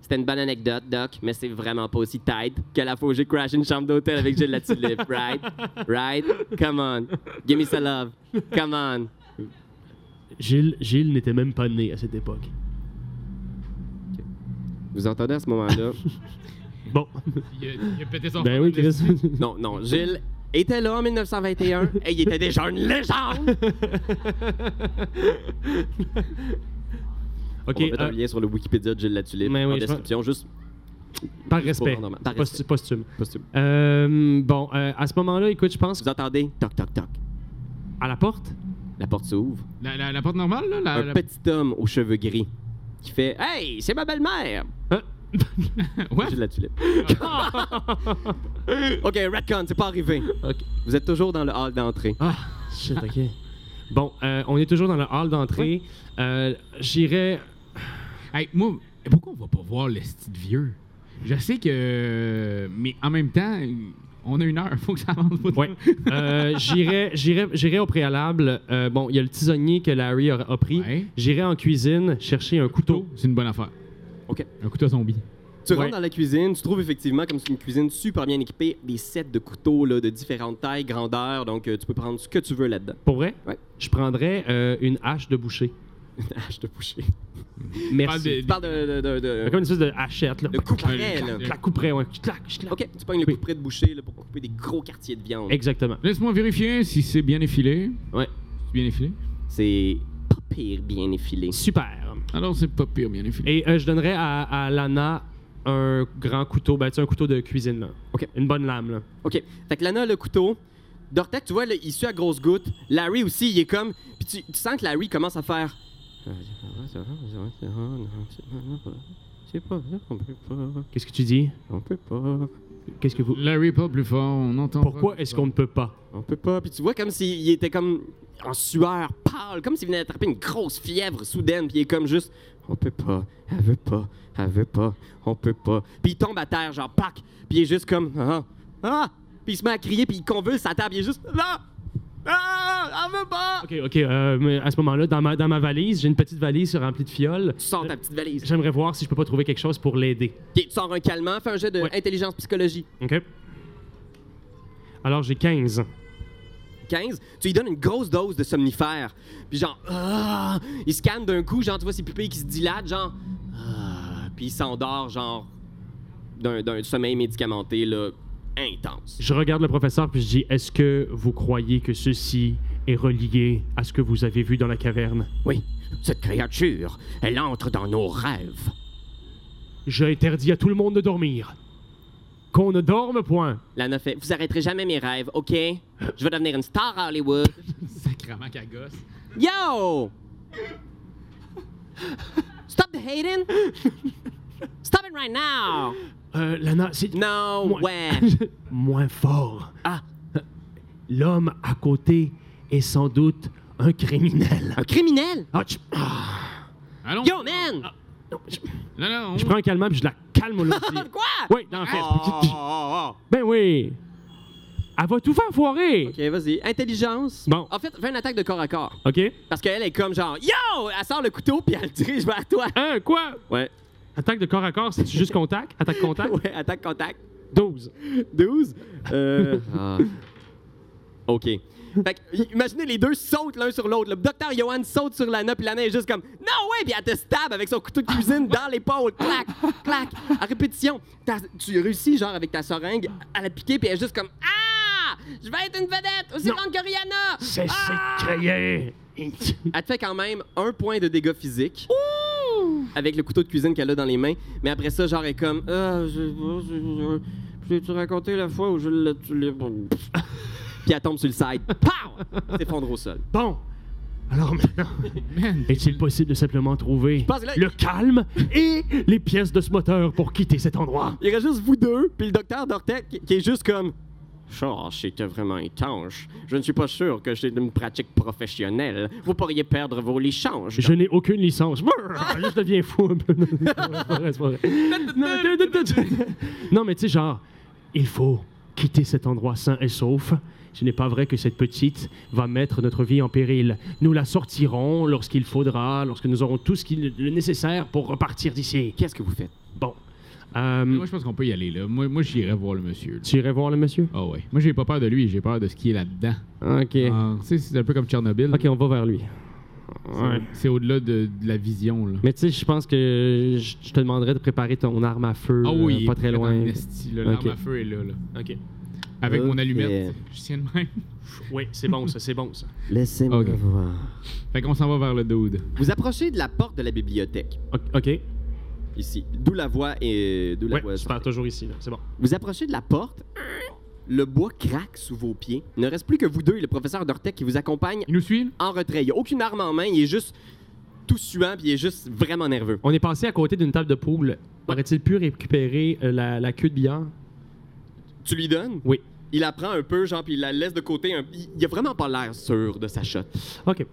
D: C'était une bonne anecdote, Doc, mais c'est vraiment pas aussi tight que la fois où j'ai crashé une chambre d'hôtel avec Jill
B: <laughs>
D: la Tulipe, right? Right? Come on. Give me some love. Come on.
A: Gilles, Gilles n'était même pas né à cette époque.
D: Vous entendez à ce moment-là?
A: Bon,
C: Il a, il a pété son
A: ben oui, Chris.
D: <laughs> Non, non, Gilles était là en 1921 et il était déjà une légende. <laughs>
B: Ok,
D: On va mettre
B: euh,
D: un lien sur le Wikipédia de Gilles Latulippe
B: Mais oui,
D: en
B: je
D: description, juste
B: par
D: juste
B: respect.
D: pour rendre hommage. Par
B: Postu-
D: respect.
B: Posthume.
D: posthume.
B: Euh, bon, euh, à ce moment-là, écoute, je pense
D: Vous entendez? Toc, toc, toc.
B: à la porte.
D: La porte s'ouvre.
C: La, la- la porte normale, là?
B: Ah,
C: La, <laughs>
D: Un
C: la-
D: petit homme aux cheveux gris qui fait Hey, c'est ma belle-mère!
B: Hein?
C: What?
D: Gilles Latulippe. <laughs> ok, Redcon, c'est pas arrivé.
B: Ok.
D: Vous êtes toujours dans le hall d'entrée. <laughs>
B: Ah, shit, ok. Bon, euh, on est toujours dans le hall d'entrée. Euh, J'irai.
C: Hey, moi, pourquoi on va pas voir le style vieux? Je sais que. Mais en même temps, on a une heure, faut que ça avance. pas trop.
D: <laughs>
B: Ouais. Euh, J'irai j'irai- j'irai au préalable. Euh, bon, il y a le tisonnier que Larry a, a pris.
C: Ouais.
B: J'irai en cuisine chercher un couteau.
C: Couteau, c'est une bonne affaire.
D: Ok.
C: Un couteau zombie.
D: Tu
B: Ouais.
D: rentres dans la cuisine, tu trouves effectivement comme c'est une cuisine super bien équipée, des sets de couteaux là, de différentes tailles, grandeurs, donc euh, tu peux prendre ce que tu veux là-dedans.
B: Pour vrai?
D: Ouais.
B: Je prendrais euh, une hache de boucher. Ah,
D: Hache de boucher.
C: Parle
B: Merci.
C: de-
D: Tu parles de, de, de, de-
B: Comme une espèce de hachette, là.
D: de couperet, là.
B: Je la couperais, ouais. Je claque, je claque.
D: Ok, tu pognes le
B: Oui.
D: couperet de boucher là, pour couper des gros quartiers de viande.
B: Exactement.
C: Laisse-moi vérifier si c'est bien effilé.
B: Ouais.
C: C'est bien effilé?
D: C'est pas pire bien effilé.
B: Super.
C: Alors, c'est pas pire, bien effilé.
B: Et euh, je donnerais à, à Lana un grand couteau, ben, tu sais, un couteau de cuisine, là.
D: Ok.
B: Une bonne lame, là.
D: OK. Fait que Lana a le couteau. Dortec, tu vois, là, il suit à grosses gouttes. Larry aussi, il est comme. Puis Euh, tu, tu sens que Larry commence à faire. C'est pas vrai, on peut pas.
A: Qu'est-ce que tu dis
D: On peut pas.
A: Qu'est-ce que vous.
C: Larry, pas plus fort, on entend.
A: Pourquoi est-ce
C: <laughs>
A: qu'on ne peut pas
D: On peut pas. Puis tu vois comme s'il était comme en sueur, pâle, comme s'il venait d'attraper une grosse fièvre soudaine. Puis il est comme juste, on peut pas, elle veut pas, elle veut pas, on peut pas. Puis il tombe à terre, genre, pac. Puis il est juste comme, ah, ah. Puis il se met à crier, puis il convulse sa table. Il est juste, là, ah, elle veut pas.
B: Ok, ok. euh, mais à ce moment-là, dans ma, dans ma valise, j'ai une petite valise remplie de fioles.
D: Tu sors ta petite valise.
B: J'aimerais voir si je peux pas trouver quelque chose pour l'aider.
D: Ok, tu sors un calmant, fais un jet de
B: Ouais.
D: intelligence psychologie.
B: Ok? Alors, j'ai 15.
D: 15, tu lui donnes une grosse dose de somnifère. Puis genre, ah, il se calme d'un coup, genre, tu vois ses pupilles qui se dilatent, genre, ah, puis il s'endort, genre, d'un d'un sommeil médicamenté, là, intense.
B: Je regarde le professeur puis je dis Est-ce que vous croyez que ceci est relié à ce que vous avez vu dans la caverne
D: Oui, cette créature, elle entre dans nos rêves.
B: Je interdis à tout le monde de dormir. Qu'on ne dorme point.
D: <laughs> Lana fait, vous arrêterez jamais mes rêves, OK? Je vais devenir une star à Hollywood.
C: Sacrement qu'elle gosse.
D: Yo! Stop the hating! Stop it right now!
B: Euh, Lana, c'est
D: No
B: Moi- <laughs>
D: way!
A: Moins fort.
D: Ah,
B: Euh,
A: L'homme à côté est sans doute un criminel.
D: un criminel!
A: Ah, tu- ah,
C: Allons.
D: Yo, man!
C: Non, non, on-
B: Je prends un calmant puis je la calme là.
D: <laughs> Quoi?
B: oui, dans le fait.
D: Oh, oh,
B: Ben oui. Elle va tout faire foirer.
D: Ok, Ah. vas-y. Intelligence.
B: Bon.
D: En fait, fais une attaque de corps à corps.
B: OK?
D: Parce qu'elle est comme genre Yo! Elle sort le couteau puis elle le dirige vers toi.
B: Hein, quoi?
D: Ouais.
B: Attaque de corps à corps, c'est juste contact? Attaque contact?
D: <laughs> Ouais, attaque contact.
B: 12.
D: 12. <laughs> Euh. Ok. Fait que, i- imaginez les deux sautent l'un sur l'autre. Le docteur Johan saute sur Lana, puis Lana est juste comme Non, ouais, puis elle te stab avec son couteau de cuisine dans l'épaule. Clac, clac, à répétition. T'as- Tu réussis, genre, avec ta seringue à la piquer, puis elle est juste comme Ah! Je vais être une vedette, aussi grande que Rihanna!
A: C'est
D: Ah!
A: c'est créé.
D: Elle te fait quand même un point de dégâts physiques. Avec le couteau de cuisine qu'elle a dans les mains. Mais après ça, genre, elle est comme. Ah, je- je- je- je- tu raconté la fois où je l'ai tué. Puis elle tombe sur le <laughs> side. Pow! S'effondre au sol.
A: Bon. Alors maintenant,
C: Man,
A: est-il possible de simplement trouver
D: pense que là-
A: le calme et les pièces de ce moteur pour quitter cet endroit?
D: Il reste juste vous deux, puis le docteur Dortec qui, qui est juste comme. Genre, c'était vraiment étanche. Je ne suis pas sûr que j'ai une pratique professionnelle. Vous pourriez perdre vos lichanges.
A: Je n'ai aucune licence. Brrr, Je deviens fou un peu. <laughs> Non, c'est pas vrai, c'est pas vrai. Non, mais tu sais, genre, il faut quitter cet endroit sain et sauf. Ce n'est pas vrai que cette petite va mettre notre vie en péril. Nous la sortirons lorsqu'il faudra, lorsque nous aurons tout ce qui est le nécessaire pour repartir d'ici.
D: Qu'est-ce que vous faites?
A: Bon. Euh,
C: moi, je pense qu'on peut y aller, là. Moi, moi j'irai voir le monsieur. là.
B: Tu irais voir le monsieur?
C: Ah ouais. Moi, j'ai pas peur de lui, j'ai peur de ce qui est là-dedans.
B: OK.
C: Ah, tu sais, c'est un peu comme Tchernobyl.
B: OK, on va vers lui.
C: Mm. C'est- C'est au-delà de, de la vision, là.
B: Mais tu sais, je pense que je je te demanderais de préparer ton arme à feu
C: Ah oui,
B: euh,
C: il est
B: pas très
C: prêt
B: loin.
C: en esti, là. L'arme
B: Ok.
C: à feu est là, là.
B: OK.
C: Avec mon
D: Ok.
C: allumette. Je tiens de même. <laughs>
B: Oui, c'est bon ça, c'est bon ça.
D: Laissez-moi
C: Ok.
D: voir.
C: Fait qu'on s'en va vers le dude.
D: Vous approchez de la porte de la bibliothèque.
B: OK.
D: ici. D'où la voix et d'où la
B: Ouais,
D: voix
B: je pars toujours ici, là. C'est bon.
D: Vous approchez de la porte. Le bois craque sous vos pieds. Il ne reste plus que vous deux et le professeur Dortec qui vous accompagne
C: Il nous suit, là?
D: en retrait. Il n'y a aucune arme en main. Il est juste tout suant puis il est juste vraiment nerveux.
B: On est passé à côté d'une table de poule. Aurait-il pu récupérer euh, la, la queue de billard?
D: Tu lui donnes?
B: Oui.
D: Il la prend un peu, genre, puis il la laisse de côté. un- Il il a vraiment pas l'air sûr de sa shot.
B: OK.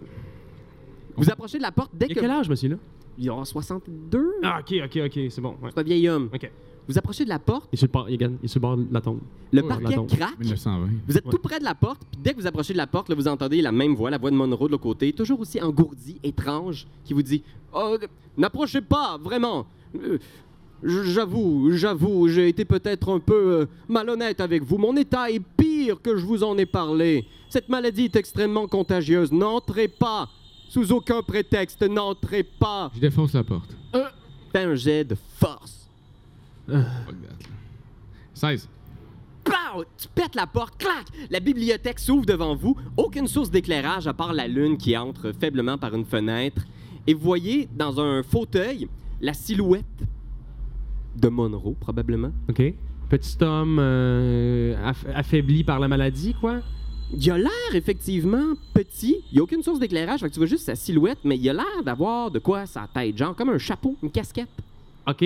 D: Vous approchez de la porte dès
B: Il a
D: que...
B: quel âge, monsieur, là?
D: Il aura 62?
B: Ah, OK, OK, OK, c'est bon. Ouais.
D: C'est un vieil homme.
B: OK.
D: Vous approchez de la porte,
B: Il est sur le bord, il est- il est sur le bord de la tombe.
D: le
C: Oh,
D: parquet
B: pardon.
D: craque.
C: 1920.
D: Vous êtes tout près de la porte, puis dès que vous approchez de la porte, là, vous entendez la même voix, la voix de Monroe de l'autre côté, toujours aussi engourdie, étrange, qui vous dit Oh, euh, n'approchez pas, vraiment Euh, j- J'avoue, j'avoue, j'ai été peut-être un peu euh, malhonnête avec vous. Mon état est pire que je vous en ai parlé. Cette maladie est extrêmement contagieuse. N'entrez pas Sous aucun prétexte, n'entrez pas
C: Je défonce la porte.
D: Fais un jet de force.
C: Fuck that, là. 16.
D: Pow! Tu pètes la porte, clac! La bibliothèque s'ouvre devant vous. Aucune source d'éclairage à part la lune qui entre faiblement par une fenêtre. Et vous voyez dans un fauteuil la silhouette de Monroe, probablement.
B: OK. Petit homme euh, aff- affaibli par la maladie, quoi.
D: Il a l'air effectivement petit. Il n'y a aucune source d'éclairage, fait que tu vois juste sa silhouette, mais il a l'air d'avoir de quoi sa tête, genre comme un chapeau, une casquette.
B: OK.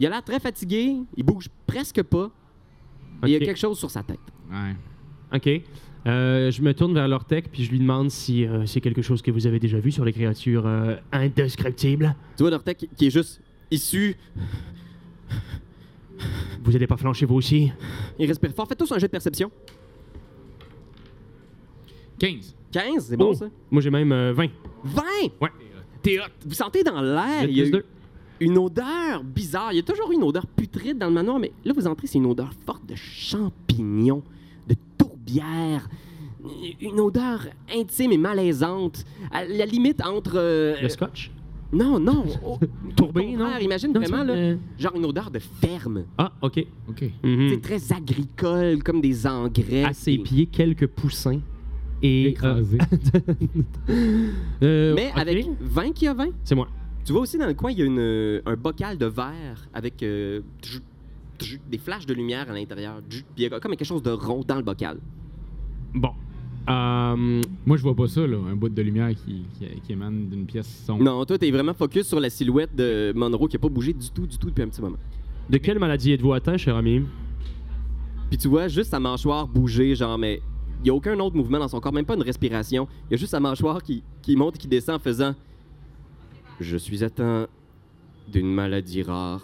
D: Il a l'air très fatigué, il bouge presque pas, et il y a
B: Ok.
D: quelque chose sur sa tête.
C: Ouais.
B: OK.
A: Euh, je me tourne vers l'Ortec puis je lui demande si euh, c'est quelque chose que vous avez déjà vu sur les créatures euh, indescriptibles.
D: Tu vois Nortec qui est juste issu,
A: Vous n'allez pas flancher vous aussi
D: il respire fort. Faites tous un jeu de perception.
C: 15.
D: 15, c'est bon
A: Oh,
D: ça?
A: Moi j'ai même euh, 20.
D: 20!
A: Ouais.
D: T'es hot. Vous sentez dans l'air, Ah, il y a
B: Plus
D: eu
B: deux.
D: une odeur bizarre. Il y a toujours une odeur putride dans le manoir, mais là, vous entrez, c'est une odeur forte de champignons, de tourbière. Une odeur intime et malaisante, à la limite entre. euh,
A: Le scotch <laughs>
D: non, non. oh,
A: Tourbé,
D: au contraire,
A: non?
D: Imagine
A: Non,
D: vraiment,
A: c'est-
D: là,
A: euh,
D: genre une odeur de ferme.
B: Ah, OK.
C: OK.
A: mhm.
D: C'est très agricole, comme des engrais.
B: À ses pieds, quelques poussins. Et. euh,
A: <laughs>
B: euh,
D: Mais
B: OK.
D: avec 20 qui a 20,
A: C'est moi.
D: tu vois aussi dans le coin, il y a une, euh, un bocal de verre avec euh, tchou, tchou, des flashs de lumière à l'intérieur. tchou, Puis il y a comme quelque chose de rond dans le bocal.
A: Bon. Euh,
C: <laughs> Moi, je vois pas ça, là. Un bout de lumière qui, qui, qui émane d'une pièce sombre.
D: Non, toi, t'es vraiment focus sur la silhouette de Monroe qui a pas bougé du tout, du tout depuis un petit moment.
A: de quelle maladie êtes-vous atteint, cher ami
D: Puis tu vois juste sa mâchoire bouger, genre, mais il n'y a aucun autre mouvement dans son corps, même pas une respiration. Il y a juste sa mâchoire qui, qui monte et qui descend en faisant Je suis atteint d'une maladie rare.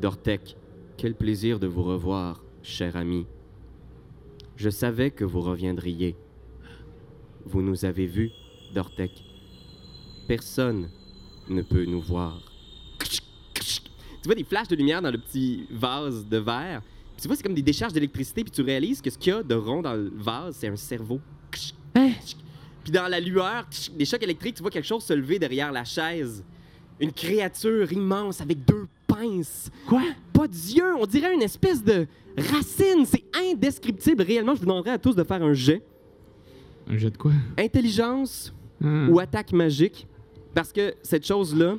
D: Dortec, quel plaisir de vous revoir, cher ami. Je savais que vous reviendriez. Vous nous avez vus, Dortec. Personne ne peut nous voir. Tu vois des flashs de lumière dans le petit vase de verre. Puis tu vois, c'est comme des décharges d'électricité, puis tu réalises que ce qu'il y a de rond dans le vase, c'est un cerveau. Puis dans la lueur, des chocs électriques, tu vois quelque chose se lever derrière la chaise. Une créature immense avec deux pinces.
A: Quoi
D: Pas d'yeux, on dirait une espèce de racine. C'est indescriptible. Réellement, je vous demanderai à tous de faire un jet.
C: Un jet de quoi?
D: Intelligence
C: Ah.
D: ou attaque magique, parce que cette chose-là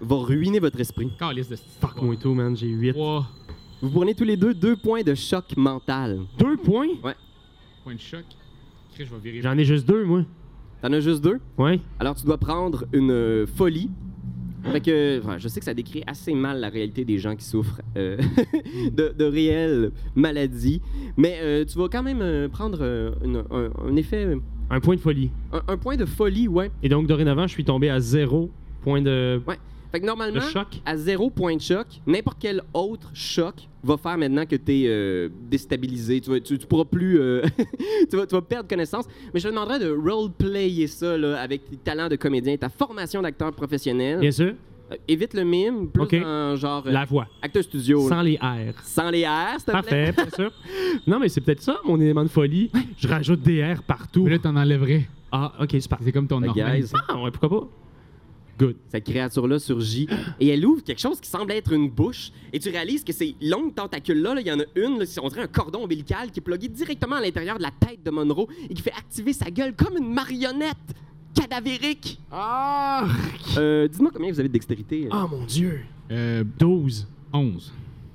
D: va ruiner votre esprit.
C: Calice de
A: Fuck, moi et tout, man, j'ai 8.
C: 3
D: Vous prenez tous les deux deux points de choc mental.
A: Deux points
C: points de choc. Chris, Je vais virer.
A: J'en ai juste deux, moi.
D: T'en as juste deux?
A: Ouais.
D: Alors, tu dois prendre une euh, folie. Fait que, ouais, je sais que ça décrit assez mal la réalité des gens qui souffrent euh, <laughs> de, de réelles maladies, mais euh, tu vas quand même euh, prendre euh, une- un, un effet, euh,
A: Un point de folie.
D: un, un point de folie, ouais.
A: Et donc dorénavant, je suis tombé à zéro point de,
D: Fait que
A: de
D: normalement,
A: choc.
D: à zéro point de choc, n'importe quel autre choc va faire maintenant que tu es déstabilisé. Tu, vas- tu, tu pourras plus. euh, <laughs> tu, vas, tu vas perdre connaissance. Mais je te demanderais de roleplayer ça là, avec tes talents de comédien, ta formation d'acteur professionnel.
A: Bien sûr.
D: Euh, évite le mime, plus
A: Ok.
D: dans genre euh,
A: La voix.
D: acteur studio. là.
A: Sans les R.
D: Sans les R, s'il te
A: Parfait,
D: plaît.
A: bien sûr. <laughs> Non, mais c'est peut-être ça, mon élément de folie. Je rajoute des R partout.
C: Mais là, t'en enlèverais.
A: Ah, ok, c'est parfait.
C: C'est comme ton
D: Fait que,
C: normal.
D: Euh, guys,
A: Ah, ouais, pourquoi pas?
D: cette créature-là surgit et elle ouvre quelque chose qui semble être une bouche. Et tu réalises que ces longues tentacules-là, là, il y en a une, là, on dirait un cordon ombilical qui est plugué directement à l'intérieur de la tête de Monroe et qui fait activer sa gueule comme une marionnette cadavérique.
A: Ah,
D: Euh, Dites-moi combien vous avez de dextérité. euh.
A: ah mon Dieu.
C: Euh,
A: 12.
C: 11.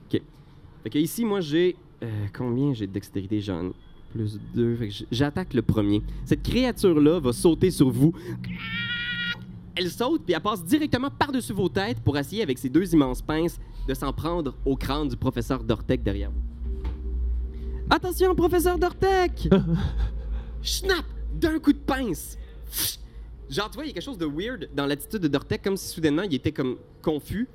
D: Fait que ici, moi, j'ai. euh, combien j'ai de dextérité, j'en ai Plus deux. Fait que j- j'attaque le premier. Cette créature-là va sauter sur vous. Elle saute, puis elle passe directement par-dessus vos têtes pour essayer, avec ses deux immenses pinces, de s'en prendre au crâne du professeur Dortec derrière vous. Attention, professeur Dortec! Snap! D'un coup de pince! Pfft! Genre, tu vois, il y a quelque chose de weird dans l'attitude de Dortec, comme si soudainement il était comme confus.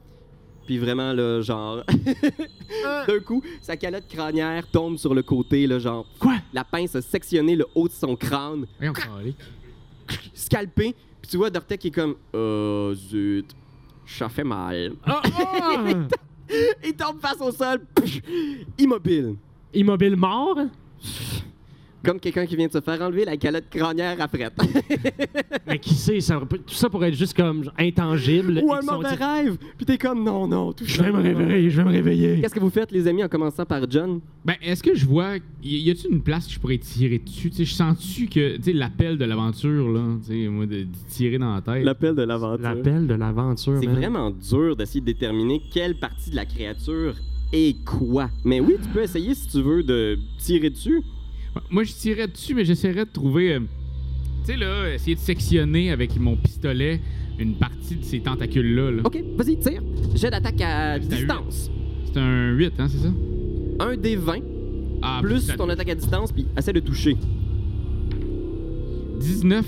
D: Puis vraiment, là, genre. <laughs> D'un coup, sa calotte crânière tombe sur le côté, là, genre.
A: Quoi?
D: La pince a sectionné le haut de son crâne,
C: Voyons, calique.
D: scalpé. Puis tu vois, Dortec est comme. Oh, zut. Ça fait mal.
A: Ah, ah!
D: Il tombe face au sol, pff, immobile.
A: <laughs> Immobile mort?
D: Comme quelqu'un qui vient de se faire enlever la calotte crânière
A: <laughs>
D: à frette.
A: Mais qui sait, ça, aurait pu- tout ça pourrait être juste comme genre, intangible.
D: Ou
A: et
D: un
A: qu'ils sont
D: mauvais
A: dit-
D: rêve. Puis t'es comme, non, non, tout
A: Je vais me réveiller, je vais me réveiller.
D: Qu'est-ce que vous faites, les amis, en commençant par John?
C: Ben, est-ce que je vois. Y y a-tu une place que je pourrais tirer dessus? Tu sais, je sens-tu que. Tu sais, l'appel de l'aventure, là. Tu sais, moi, de, de tirer dans la tête.
D: L'appel de l'aventure.
A: L'appel de l'aventure,
D: C'est
A: man.
D: vraiment dur d'essayer de déterminer quelle partie de la créature est quoi. Mais oui, tu peux essayer, si tu veux, de tirer dessus.
C: Ouais, Moi, je tirais dessus, mais j'essaierais de trouver. euh, tu sais, là, essayer de sectionner avec mon pistolet une partie de ces tentacules-là. là.
D: Ok, vas-y, tire. Jet d'attaque à
C: C'est à
D: distance.
C: C'est un 8, hein, c'est ça?
D: Un des 20,
C: Ah,
D: plus
C: ça-
D: ton attaque à distance, puis essaie de toucher.
C: 19.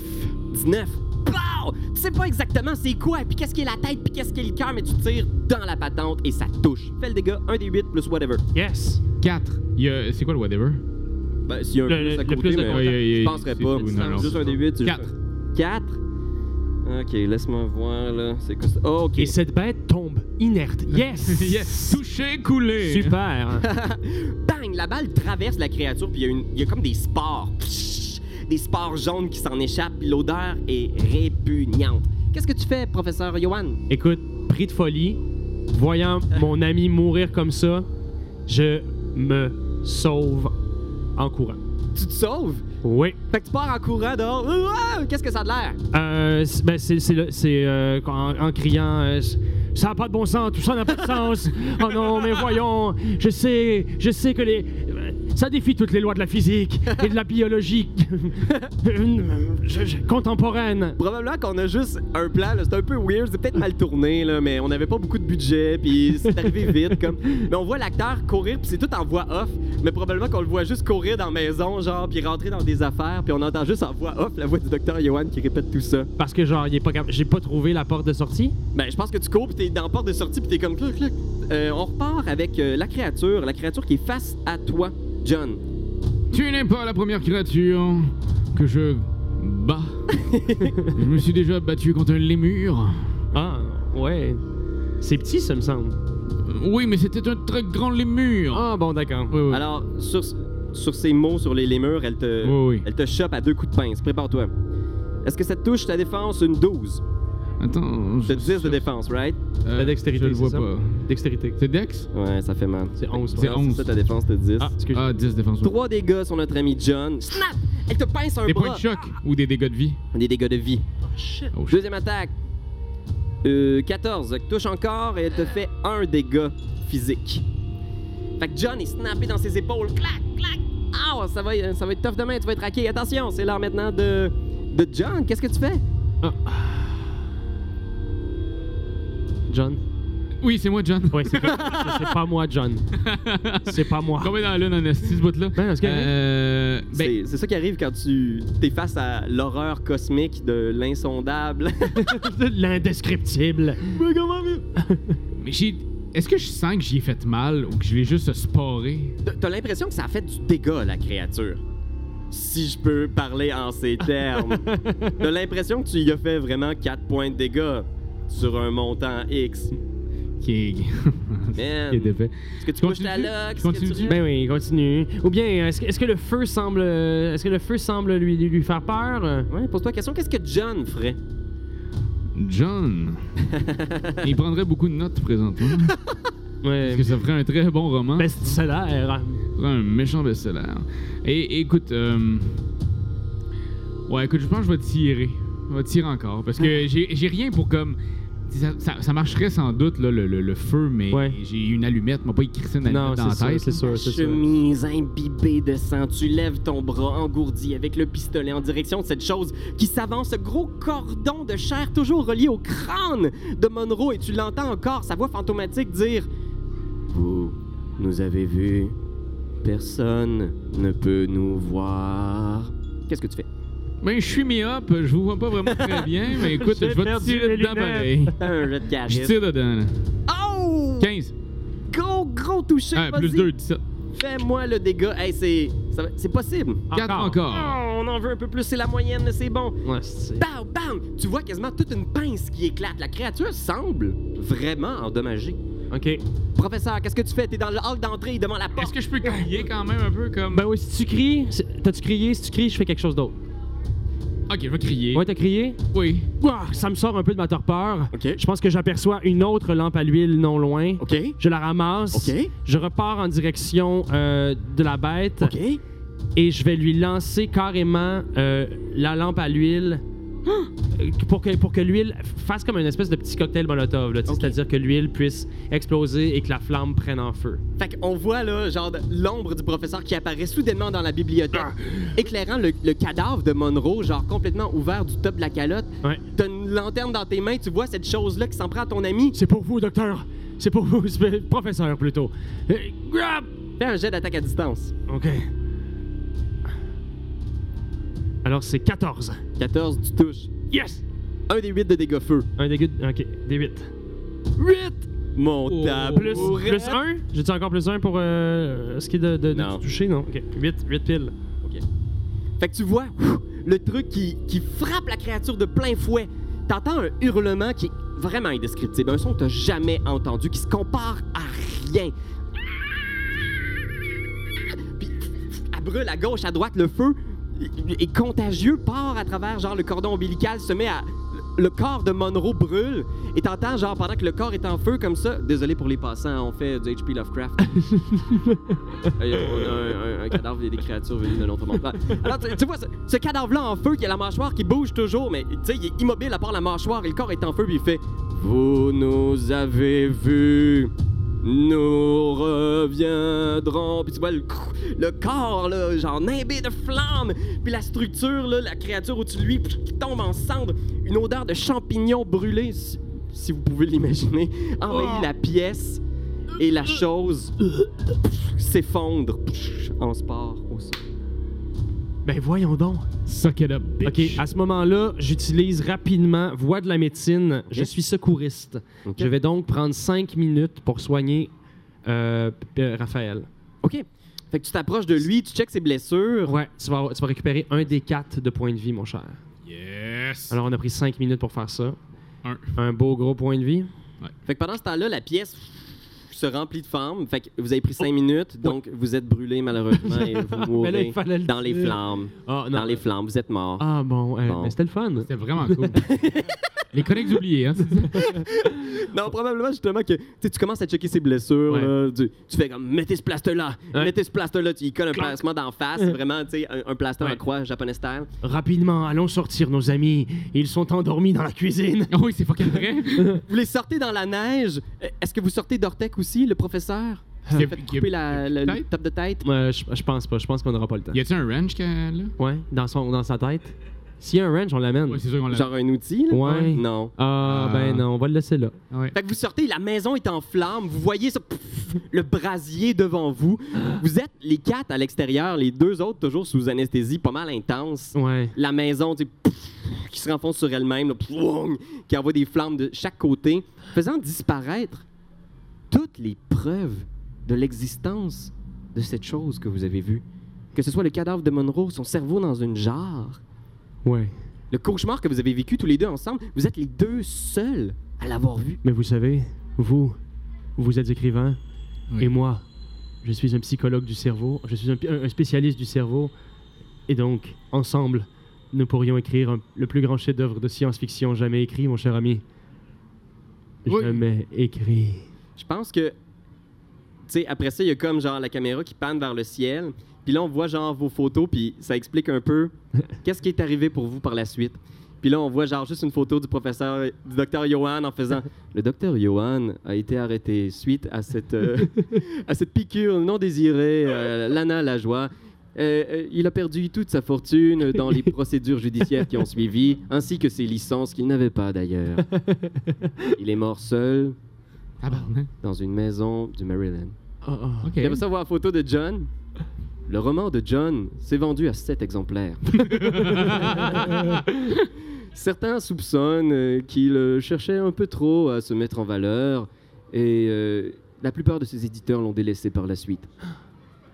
D: 19. Pow! Tu sais pas exactement c'est quoi, puis qu'est-ce qui est la tête, puis qu'est-ce qui est le cœur, mais tu tires dans la patente et ça touche. Fais le dégât, un des 8 plus whatever.
B: Yes.
C: 4. Il y a- C'est quoi le whatever? Ah,
D: Ben, s'il y a un
B: Le-
D: plus
B: le-
D: à
B: le
D: côté,
B: plus de
D: mais
B: contact.
C: Ouais, ouais,
D: Euh, je
C: ouais,
D: penserais
C: c'est-
D: pas.
C: c'est- non, non,
D: juste
C: c'est ça.
D: un des 8, c'est
C: 4.
D: 4. Ok, laisse-moi voir, là. C'est quoi ça? Oh, ok.
B: Et cette bête tombe inerte. Yes.
C: yes. Touché, coulé.
B: Super.
D: Bang! La balle traverse la créature, puis il y a une- il y, a comme des spores. Psh! Des spores jaunes qui s'en échappent, puis l'odeur est répugnante. Qu'est-ce que tu fais, professeur Johan?
B: Écoute, pris de folie, voyant mon ami mourir comme ça, je me sauve en courant.
D: Tu te sauves?
B: Oui.
D: Fait que tu pars en courant dehors. Ouah! Qu'est-ce que ça a de l'air?
B: Euh, c'est- ben, c'est c'est le- c'est, euh, en, en criant euh, Ça n'a pas de bon sens, tout ça n'a pas de sens. Oh non, mais voyons, je sais, je sais que les. Ça défie toutes les lois de la physique et de la biologie <laughs> Je- je- contemporaine.
D: Probablement qu'on a juste un plan, là. c'est un peu weird, c'est peut-être mal tourné, là, mais on n'avait pas beaucoup de budget, puis c'est arrivé vite. Comme... Mais on voit l'acteur courir, puis c'est tout en voix off, mais probablement qu'on le voit juste courir dans la maison, genre, puis rentrer dans des affaires, puis on entend juste en voix off la voix du docteur Johan qui répète tout ça.
B: Parce que, genre, il est pas cap- j'ai pas trouvé la porte de sortie.
D: Ben, je pense que tu cours, puis t'es dans la porte de sortie, puis t'es comme cluc, cluc. Euh, on repart avec euh, la créature, la créature qui est face à toi, John.
C: Tu n'es pas la première créature que je
B: <laughs>
C: bats. je me suis déjà battu contre un lémur.
B: Ah, ouais. C'est petit, ça me semble.
C: Oui, mais c'était un très grand lémur.
B: Ah, bon, d'accord.
C: Oui, oui.
D: Alors, sur, sur ces mots, sur les, les murs, elle te,
C: Oui, oui.
D: elle te chope à deux coups de pince. Prépare-toi. Est-ce que ça te touche ta défense une 12
C: Attends.
D: T'as 10 de défense, right?
C: Euh,
B: euh, La dextérité,
C: Je le vois
B: c'est ça?
C: pas.
B: Dextérité.
C: C'est Dex
D: Ouais, ça fait mal.
B: C'est 11.
C: C'est
D: Ouais,
C: 11.
D: ça ta défense, t'as 10.
B: Ah, excuse.
C: Ah, 10 défense. oui.
D: Trois dégâts sur notre ami John. Snap! Elle te pince un
C: Des points
D: bras.
C: de choc ou des dégâts de vie.
D: Des dégâts de vie.
C: Oh, shit.
D: Deuxième attaque. Euh, 14. Touche encore et elle te fait un dégât physique. Fait que John est snappé dans ses épaules. Clac, clac. Ah, ça va, ça va être tough demain, tu vas être raqué. Attention, c'est l'heure maintenant de, de John. Qu'est-ce que tu fais?
B: John.
C: Oui, c'est moi, John.
B: ah. <laughs> Ouais, c'est pas, c'est- c'est pas moi, John. C'est pas moi.
C: Combien dans la lune, en esti, ce bout-là?
B: Ben, est-ce que-
C: Euh, ben,
D: C'est- c'est ça qui arrive quand tu t'es face à l'horreur cosmique de l'insondable.
B: <laughs> L'indescriptible.
C: mais j'ai- Est-ce que je sens que j'y ai fait mal ou que je l'ai juste sporé?
D: <laughs> T'as- T'as l'impression que ça a fait du dégât, la créature. Si je peux parler en ces <laughs> termes. T'as l'impression que tu y as fait vraiment 4 points de dégâts sur un montant X.
C: Qui est... <laughs> qui
D: Man,
C: est
D: est-ce
C: défait.
D: que tu couches
C: Continue.
D: ta loque? Est-ce
C: Continue.
D: que tu-
B: <laughs> Ben oui, continue. Ou bien, est-ce que, est-ce que le feu semble, euh, est-ce que le feu semble lui, lui- lui faire peur euh?
D: Ouais, pose-toi la question, qu'est-ce que John ferait?
B: <laughs>
C: John. Il prendrait beaucoup de notes présentement.
B: Ouais.
C: Parce que ça ferait un très bon roman.
B: Ben, c'est salaire.
C: Ça ferait un méchant best-seller. Et écoute, euh, ouais, écoute, je pense que je vais tirer. Je vais tirer encore. Parce que j'ai j'ai rien pour comme. Ça, ça- ça marcherait sans doute, là, le, le- le feu, mais
B: Ouais.
C: j'ai une allumette. M'a pas écrit ça une allumette
B: Non,
C: dans la
B: c'est sûr,
C: tête.
B: c'est
C: là.
B: sûr, c'est sûr.
D: Chemise imbibée de sang, tu lèves ton bras engourdi avec le pistolet en direction de cette chose qui s'avance, ce gros cordon de chair toujours relié au crâne de Monroe et tu l'entends encore, sa voix fantomatique dire Vous nous avez vus, personne ne peut nous voir. Qu'est-ce que tu fais?
C: Ben, je suis myope, je vous vois pas
B: <laughs>
C: vraiment très bien, mais écoute, je
B: J'ai
C: vais
B: perdu mes
C: tirer dedans
B: lunettes.
C: pareil.
D: Un jet de
C: Je
D: charisme.
C: tire dedans, là.
D: Oh!
C: 15.
D: Gros, gros touché!
C: Ah, plus
D: vas-y.
C: 2, 17.
D: Fais-moi le dégât. Hey, c'est. ça va- C'est possible.
C: 4 encore.
D: Oh, on en veut un peu plus, c'est la moyenne, c'est bon.
B: Ouais, c'est-
D: Bam, bam! Tu vois quasiment toute une pince qui éclate. La créature semble vraiment endommagée.
B: Ok.
D: Professeur, qu'est-ce que tu fais? T'es dans le hall d'entrée, devant la
C: Est-ce
D: porte.
C: que je peux crier quand même un peu comme.
B: Ben oui, si tu cries, c'est- t'as-tu crié? Si tu cries, je fais quelque chose d'autre.
C: Ok, je vais crier.
B: Ouais, t'as crié?
C: Oui.
B: Ouah, ça me sort un peu de ma torpeur.
D: Ok.
B: Je pense que j'aperçois une autre lampe à l'huile non loin.
D: OK.
B: Je la ramasse.
D: Ok.
B: Je repars en direction euh, de la bête.
D: OK.
B: et je vais lui lancer carrément euh, la lampe à l'huile
D: Ah!
B: euh, pour que, pour que l'huile fasse comme une espèce de petit cocktail molotov, là, tu sais,
D: Ok.
B: c'est-à-dire que l'huile puisse exploser et que la flamme prenne en feu.
D: Fait qu'on voit là, genre, de- l'ombre du professeur qui apparaît soudainement dans la bibliothèque, éclairant le, le cadavre de Monroe, genre complètement ouvert du top de la calotte.
B: Ouais.
D: T'as une lanterne dans tes mains, tu vois cette chose-là qui s'en prend à ton ami.
A: C'est pour vous, docteur. C'est pour
B: <laughs>
A: vous, c'est- professeur plutôt. Euh, grab!
D: Fais un jet d'attaque à distance.
A: OK. Alors, c'est 14.
D: 14, tu touches.
A: Yes!
D: Un des 8 de dégâts feu.
B: Un dégât. de- Ok, des 8.
D: 8! Mon
C: Oh.
D: table.
B: Plus,
D: Ourette.
B: plus 1 J'ai-tu encore plus 1 pour euh, ce qui est de, de, de
D: Non.
B: toucher Non. Ok, 8, 8 piles.
D: Fait que tu vois ouf, le truc qui, qui frappe la créature de plein fouet. T'entends un hurlement qui est vraiment indescriptible, un son que t'as jamais entendu, qui se compare à rien. Puis elle brûle à gauche, à droite, le feu est contagieux, part à travers genre le cordon ombilical, se met à... Le corps de Monroe brûle et t'entends genre pendant que le corps est en feu comme ça. Désolé pour les passants, on fait du HP Lovecraft. Hey, on Ah, a un, un- un cadavre des des créatures venues de l'autre monde. Ah, Alors, tu, tu vois, ce, ce cadavre-là en feu, qui a la mâchoire qui bouge toujours, mais tu sais, il est immobile à part la mâchoire et le corps est en feu, puis il fait Vous nous avez vus, nous reviendrons. Puis tu vois le, le corps, là, genre nimbé de flammes, puis la structure, là, la créature au-dessus de lui, pff, qui tombe en cendres, une odeur de champignons brûlés, si, si vous pouvez l'imaginer, envahit la pièce et la chose s'effondre pff, en sport aussi.
A: Ben voyons donc.
C: Suck it up, bitch.
B: Ok, à ce moment-là, j'utilise rapidement voie de la médecine. Je suis secouriste.
D: Ok.
B: Je vais donc prendre 5 minutes pour soigner euh, p- euh, Raphaël.
D: OK. Fait que tu t'approches de lui, tu checkes ses blessures.
B: Ouais, tu vas, avoir- tu vas récupérer un des 4 de points de vie, mon cher.
C: Yes.
B: Alors, on a pris 5 minutes pour faire ça.
C: Un.
B: Un beau gros point de vie.
D: Fait que pendant ce temps-là, la pièce pff, se remplit de femmes. Fait que vous avez pris cinq minutes, donc vous êtes brûlé malheureusement et vous
B: <laughs> Mais là,
D: mourrez
B: il fallait le
D: dans les
B: dire.
D: flammes.
B: Ah,
D: Dans les flammes, vous êtes mort.
B: Ah bon, euh,
D: Bon.
B: mais c'était le fun.
C: C'était vraiment cool. Les chroniques oubliées, hein? <laughs> c'est ça?
D: Non, probablement justement que tu sais, tu commences à checker ses blessures.
B: Ouais.
D: là, tu, tu fais comme mettez ce plaster là,
B: Ouais.
D: mettez ce plaster là. Tu y colles un
B: Clank.
D: placement d'en
B: <laughs>
D: face, c'est vraiment tu sais, un, un plaster
B: Ouais.
D: en croix japonais style.
A: Rapidement, allons sortir nos amis. Ils sont endormis dans la cuisine.
C: Ah oui, c'est fucking vrai.
D: Vous les sortez dans la neige. Euh, Est-ce que vous sortez d'Ortec aussi, le professeur? Qui s'est
C: Qui a-
D: fait
C: qui a-
D: couper la,
C: qui a plus
D: la-
C: de
D: le
C: tête?
D: top de tête.
B: Euh, je, je pense pas, je pense qu'on n'aura pas le temps.
C: Y a-tu un ranch qu'elle là?
B: Ouais, dans, son, dans sa tête. S'il y a un range, on l'amène.
C: Ouais, c'est sûr qu'on l'a.
D: Genre un outil, là?
B: Ouais.
D: Non.
B: Ah,
C: Ah.
B: ben non, on va le laisser là.
C: Ouais.
D: Fait que vous sortez, la maison est en flammes, vous voyez ça, pff, le brasier devant vous. Vous êtes les quatre à l'extérieur, les deux autres toujours sous anesthésie pas mal intense.
B: Ouais.
D: La maison, tu sais, pff, qui se renfonce sur elle-même, là, pfouang, qui envoie des flammes de chaque côté, faisant disparaître toutes les preuves de l'existence de cette chose que vous avez vue. Que ce soit le cadavre de Monroe, son cerveau dans une jarre,
B: Ouais.
D: le cauchemar que vous avez vécu tous les deux ensemble, vous êtes les deux seuls à l'avoir vu.
A: Mais vous savez, vous, vous êtes écrivain,
C: Oui.
A: et moi, je suis un psychologue du cerveau, je suis un, pi- un spécialiste du cerveau, et donc, ensemble, nous pourrions écrire un- le plus grand chef-d'œuvre de science-fiction jamais écrit, mon cher ami.
C: Oui.
A: Jamais écrit.
D: Je pense que, tu sais, après ça, il y a comme genre la caméra qui panne vers le ciel. Puis là, on voit genre vos photos, puis ça explique un peu qu'est-ce qui est arrivé pour vous par la suite. Puis là, on voit genre juste une photo du professeur, du docteur Johan en faisant Le docteur Johan a été arrêté suite à cette, euh, à cette piqûre non désirée, euh, Lana la joie. Euh, euh, il a perdu toute sa fortune dans les procédures judiciaires qui ont suivi, ainsi que ses licences qu'il n'avait pas d'ailleurs. Il est mort seul,
C: Tabarnak.
D: dans une maison du Maryland.
A: Ah,
C: Oh,
A: ah.
C: Ah, Ok.
D: J'aimerais savoir la photo de John. Le roman de John s'est vendu à 7 exemplaires. Certains soupçonnent euh, qu'il euh, cherchait un peu trop à se mettre en valeur et euh, la plupart de ses éditeurs l'ont délaissé par la suite.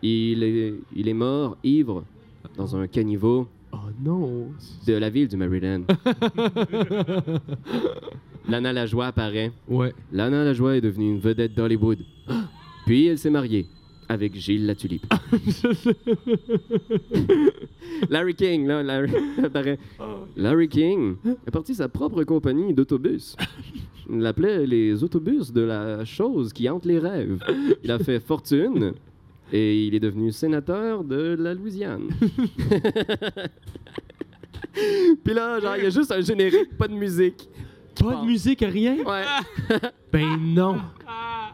D: Il est, il est mort ivre dans un caniveau
A: Oh
C: <laughs>
A: non.
D: de la ville du Maryland. Lana Lajoie apparaît.
B: Ouais.
D: Lana Lajoie est devenue une vedette d'Hollywood. <gasps> Puis elle s'est mariée avec Gilles la Tulipe. <laughs> Larry King, là, Larry, <laughs> apparaît. Larry King a parti sa propre compagnie d'autobus. Il l'appelait les autobus de la chose qui hante les rêves. Il a fait fortune et il est devenu sénateur de la Louisiane. <laughs> Puis là, genre, il y a juste un générique, pas de musique. qui
A: Pas
D: part.
A: de musique, rien?
C: Ah.
D: Ouais.
A: Ben non.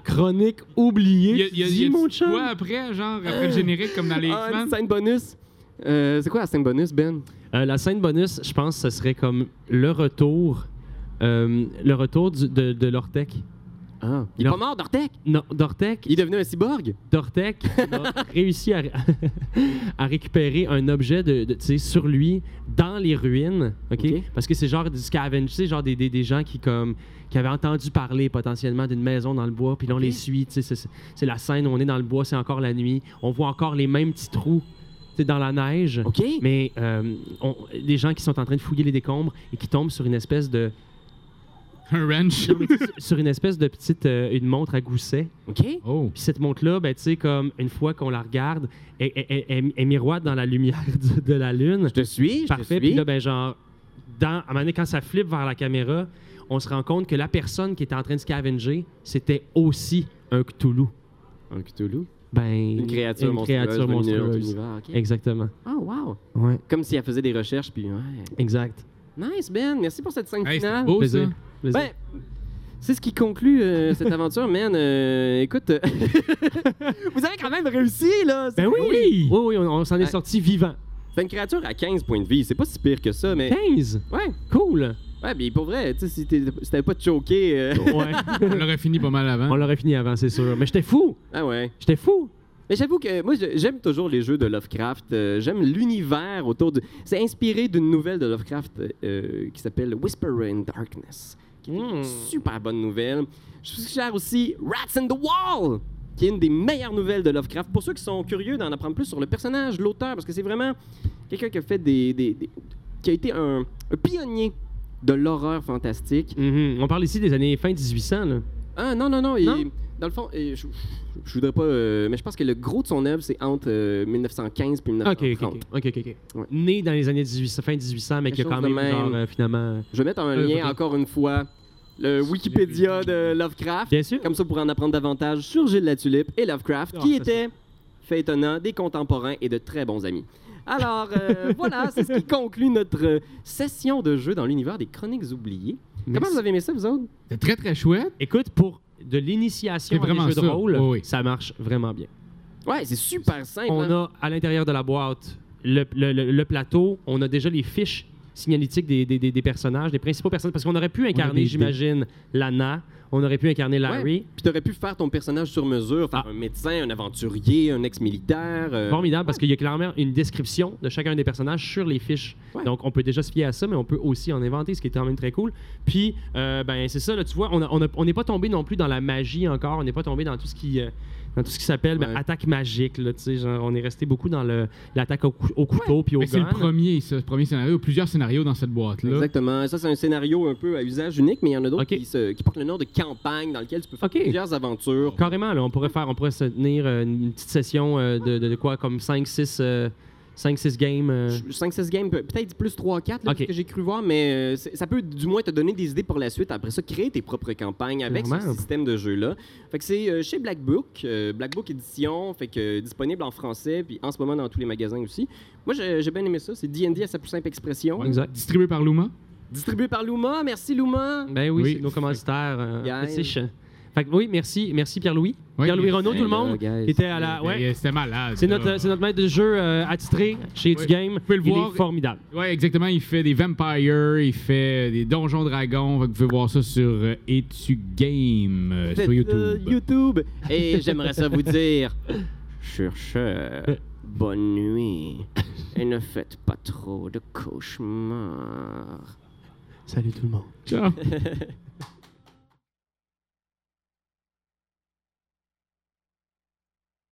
A: Chronique oubliée.
C: Il <laughs> y a, il y a- il y
A: Dis,
C: a
A: mon
C: du
A: chum.
C: quoi après, genre, après le générique, comme dans les
D: Ah, une
C: X-Men?
D: scène bonus. Euh, c'est quoi la scène bonus, Ben?
B: Euh, la scène bonus, je pense que ce serait comme le retour, euh, le retour du- de, de l'Ortec.
D: Ah, il est
B: Non.
D: pas mort, Dortec!
B: Non, d'Ortec,
D: Il est devenu un cyborg?
B: d'Ortec a réussi à, à récupérer un objet de, de- tu sais, sur lui dans les ruines, ok?
D: Ok.
B: Parce que c'est genre du scavenge, c'est genre des, des, des gens qui comme qui avaient entendu parler potentiellement d'une maison dans le bois, puis là, on les suit, tu sais, c'est- c'est c'est la scène où on est dans le bois, c'est encore la nuit, on voit encore les mêmes petits trous, tu sais, dans la neige.
D: OK.
B: Mais euh, on- des gens qui sont en train de fouiller les décombres et qui tombent sur une espèce de <laughs>
C: Un wrench.
B: sur une espèce de petite euh, une montre à gousset.
D: OK.
C: Oh.
B: Puis cette montre là, ben tu sais comme une fois qu'on la regarde, elle, elle- elle- elle- elle miroite dans la lumière <laughs> du- de la lune.
D: Je te suis, je
B: Parfait.
D: te suis.
B: Puis là ben genre dans à un moment donné, quand ça flippe vers la caméra, on se rend compte que la personne qui était en train de scavenger, c'était aussi un Cthulhu.
D: Un Cthulhu.
B: Ben
D: Une créature
B: une
D: monstrueuse.
B: créature
D: dominante de
B: monstrueuse.
D: l'univers, ok.
B: Exactement.
D: Oh, wow.
B: Ouais,
D: Comme si elle faisait des recherches, puis ouais.
B: exact.
D: Nice, Ben. Merci pour cette scène
C: Hey, c'est
D: finale.
C: beau, ça.
B: Plaisir. Plaisir.
D: Ben, c'est ce qui
B: <laughs>
D: conclut euh, cette aventure, man. Euh, écoute, euh, <laughs> vous avez quand même réussi, là. C'est-
B: Ben oui! Oui, oui, on, on s'en est
D: Ouais.
B: sorti vivant.
D: C'est une créature à 15 points de vie. C'est pas si pire que ça, mais.
B: 15!
D: Ouais,
B: Cool!
D: ouais, mais pour vrai, tu sais, si t'es- si t'avais pas choqué. euh,
B: Ouais.
C: On l'aurait fini pas mal
B: <laughs> on
C: avant.
B: l'aurait fini avant, c'est sûr. Mais j'étais fou!
D: <laughs> Ah ouais.
B: J'étais fou!
D: Mais j'avoue que moi, je- j'aime toujours les jeux de Lovecraft. Euh, j'aime l'univers autour de. C'est inspiré d'une nouvelle de Lovecraft euh, euh, qui s'appelle Whisper in Darkness, qui est une super bonne nouvelle. Je vous suggère aussi Rats in the Wall, qui est une des meilleures nouvelles de Lovecraft. Pour ceux qui sont curieux d'en apprendre plus sur le personnage, l'auteur, parce que c'est vraiment quelqu'un qui a fait des, des- des- qui a été un, un pionnier de l'horreur fantastique.
B: Mhm. On parle ici des années fin 1800, là.
D: Ah non, non, non. il-
B: Non?
D: Dans le fond, il- je, je voudrais pas. euh, mais je pense que le gros de son œuvre, c'est entre euh, 1915 et 1930.
B: Ok, ok, ok. ok, ok, ok.
D: Ouais.
B: Né dans les années 1800, fin 1800, mais qui a
D: Quelque
B: quand même,
D: chose de même.
B: genre, euh, finalement.
D: Je vais mettre un
B: Euh,
D: lien
B: ok.
D: encore une fois. Le Wikipédia de Lovecraft.
B: Bien sûr.
D: Comme ça, pour en apprendre davantage sur Gilles la Tulipe et Lovecraft,
B: Ah,
D: qui
B: ça,
D: étaient, fait étonnant, des contemporains et de très bons amis. Alors, euh,
B: <laughs>
D: voilà, c'est ce qui conclut notre euh, session de jeu dans l'univers des Chroniques oubliées. Comment vous avez aimé ça, vous autres?
C: C'était très, très chouette.
B: Écoute, pour de l'initiation
C: C'est
B: à des
C: vraiment
B: jeux de
C: ça.
B: rôle,
C: Oui, oui.
B: ça marche vraiment bien.
D: Ouais, c'est super simple.
B: On
D: hein.
B: a à l'intérieur de la boîte le, le- le- le plateau, on a déjà les fiches signalétiques des, des- des- des personnages, des principaux personnages, parce qu'on aurait pu
C: des
B: incarner,
C: idées.
B: j'imagine, Lana, on aurait pu incarner Larry.
D: Puis t'aurais pu faire ton personnage sur mesure, faire
B: Ah.
D: un médecin, un aventurier, un ex-militaire. euh,
B: Formidable, parce qu'il y a clairement une description de chacun des personnages sur les fiches.
D: Ouais.
B: Donc, on peut déjà se fier à ça, mais on peut aussi en inventer, ce qui est quand même très cool. Puis, euh, ben, c'est ça, là, tu vois, on a- on a- on n'est pas tombé non plus dans la magie encore, on n'est pas tombé dans tout ce qui... euh, dans tout ce qui s'appelle ben,
D: Ouais.
B: attaque magique, là, tu sais, genre, on est resté beaucoup dans le- l'attaque au, cou- au couteau puis au
C: Mais c'est le
B: gun.
C: premier, ça, ce premier scénario. Plusieurs scénarios dans cette boîte-là.
D: Exactement. Ça, c'est un scénario un peu à usage unique, mais il y en a d'autres
B: Ok.
D: qui, se- qui portent le nom de campagne dans lequel tu peux faire
B: Ok. Euh.
D: plusieurs aventures.
B: Carrément, là, on pourrait faire, on pourrait se tenir euh, une petite session euh, de, de- de quoi, comme 5-6 games. euh.
D: 5-6 games, peut- peut-être plus 3-4,
B: Ok.
D: que j'ai cru voir, mais euh, c'est- ça peut du moins te donner des idées pour la suite. Après ça, créer tes propres campagnes avec ce
B: Clairement.
D: système de jeu-là. Fait que c'est euh, chez Black Book, euh, Black Book Édition, fait que euh, disponible en français, puis en ce moment dans tous les magasins aussi. Moi, j'ai j'ai bien aimé ça. C'est D&D à sa plus simple expression.
B: Ouais, exact.
C: Distribué par Luma.
D: Distribué par Luma. Merci, Luma.
B: Ben oui,
C: Oui.
B: c'est nos commanditaires. euh,
D: Gang.
B: c'est ch- Fait que oui, merci, merci Pierre-Louis.
C: Oui,
B: Pierre-Louis
C: merci.
B: Renaud, tout le monde.
D: Guys.
B: qui était à la. Ouais.
C: Mais C'était malade.
B: C'est notre,
C: là.
B: euh, c'est notre maître de jeu euh, attitré chez
C: Oui.
B: Du Game.
C: pouvez le
B: Il
C: voir.
B: est formidable.
C: Ouais, exactement. Il fait des vampires, il fait des donjons dragons. Fait que Vous pouvez voir ça sur euh, Etu Game euh, sur
D: Faites-le,
C: YouTube.
D: YouTube. Et j'aimerais ça vous dire, chercheur, bonne nuit. Et ne faites pas trop de cauchemars.
B: Salut tout le monde.
C: Ciao.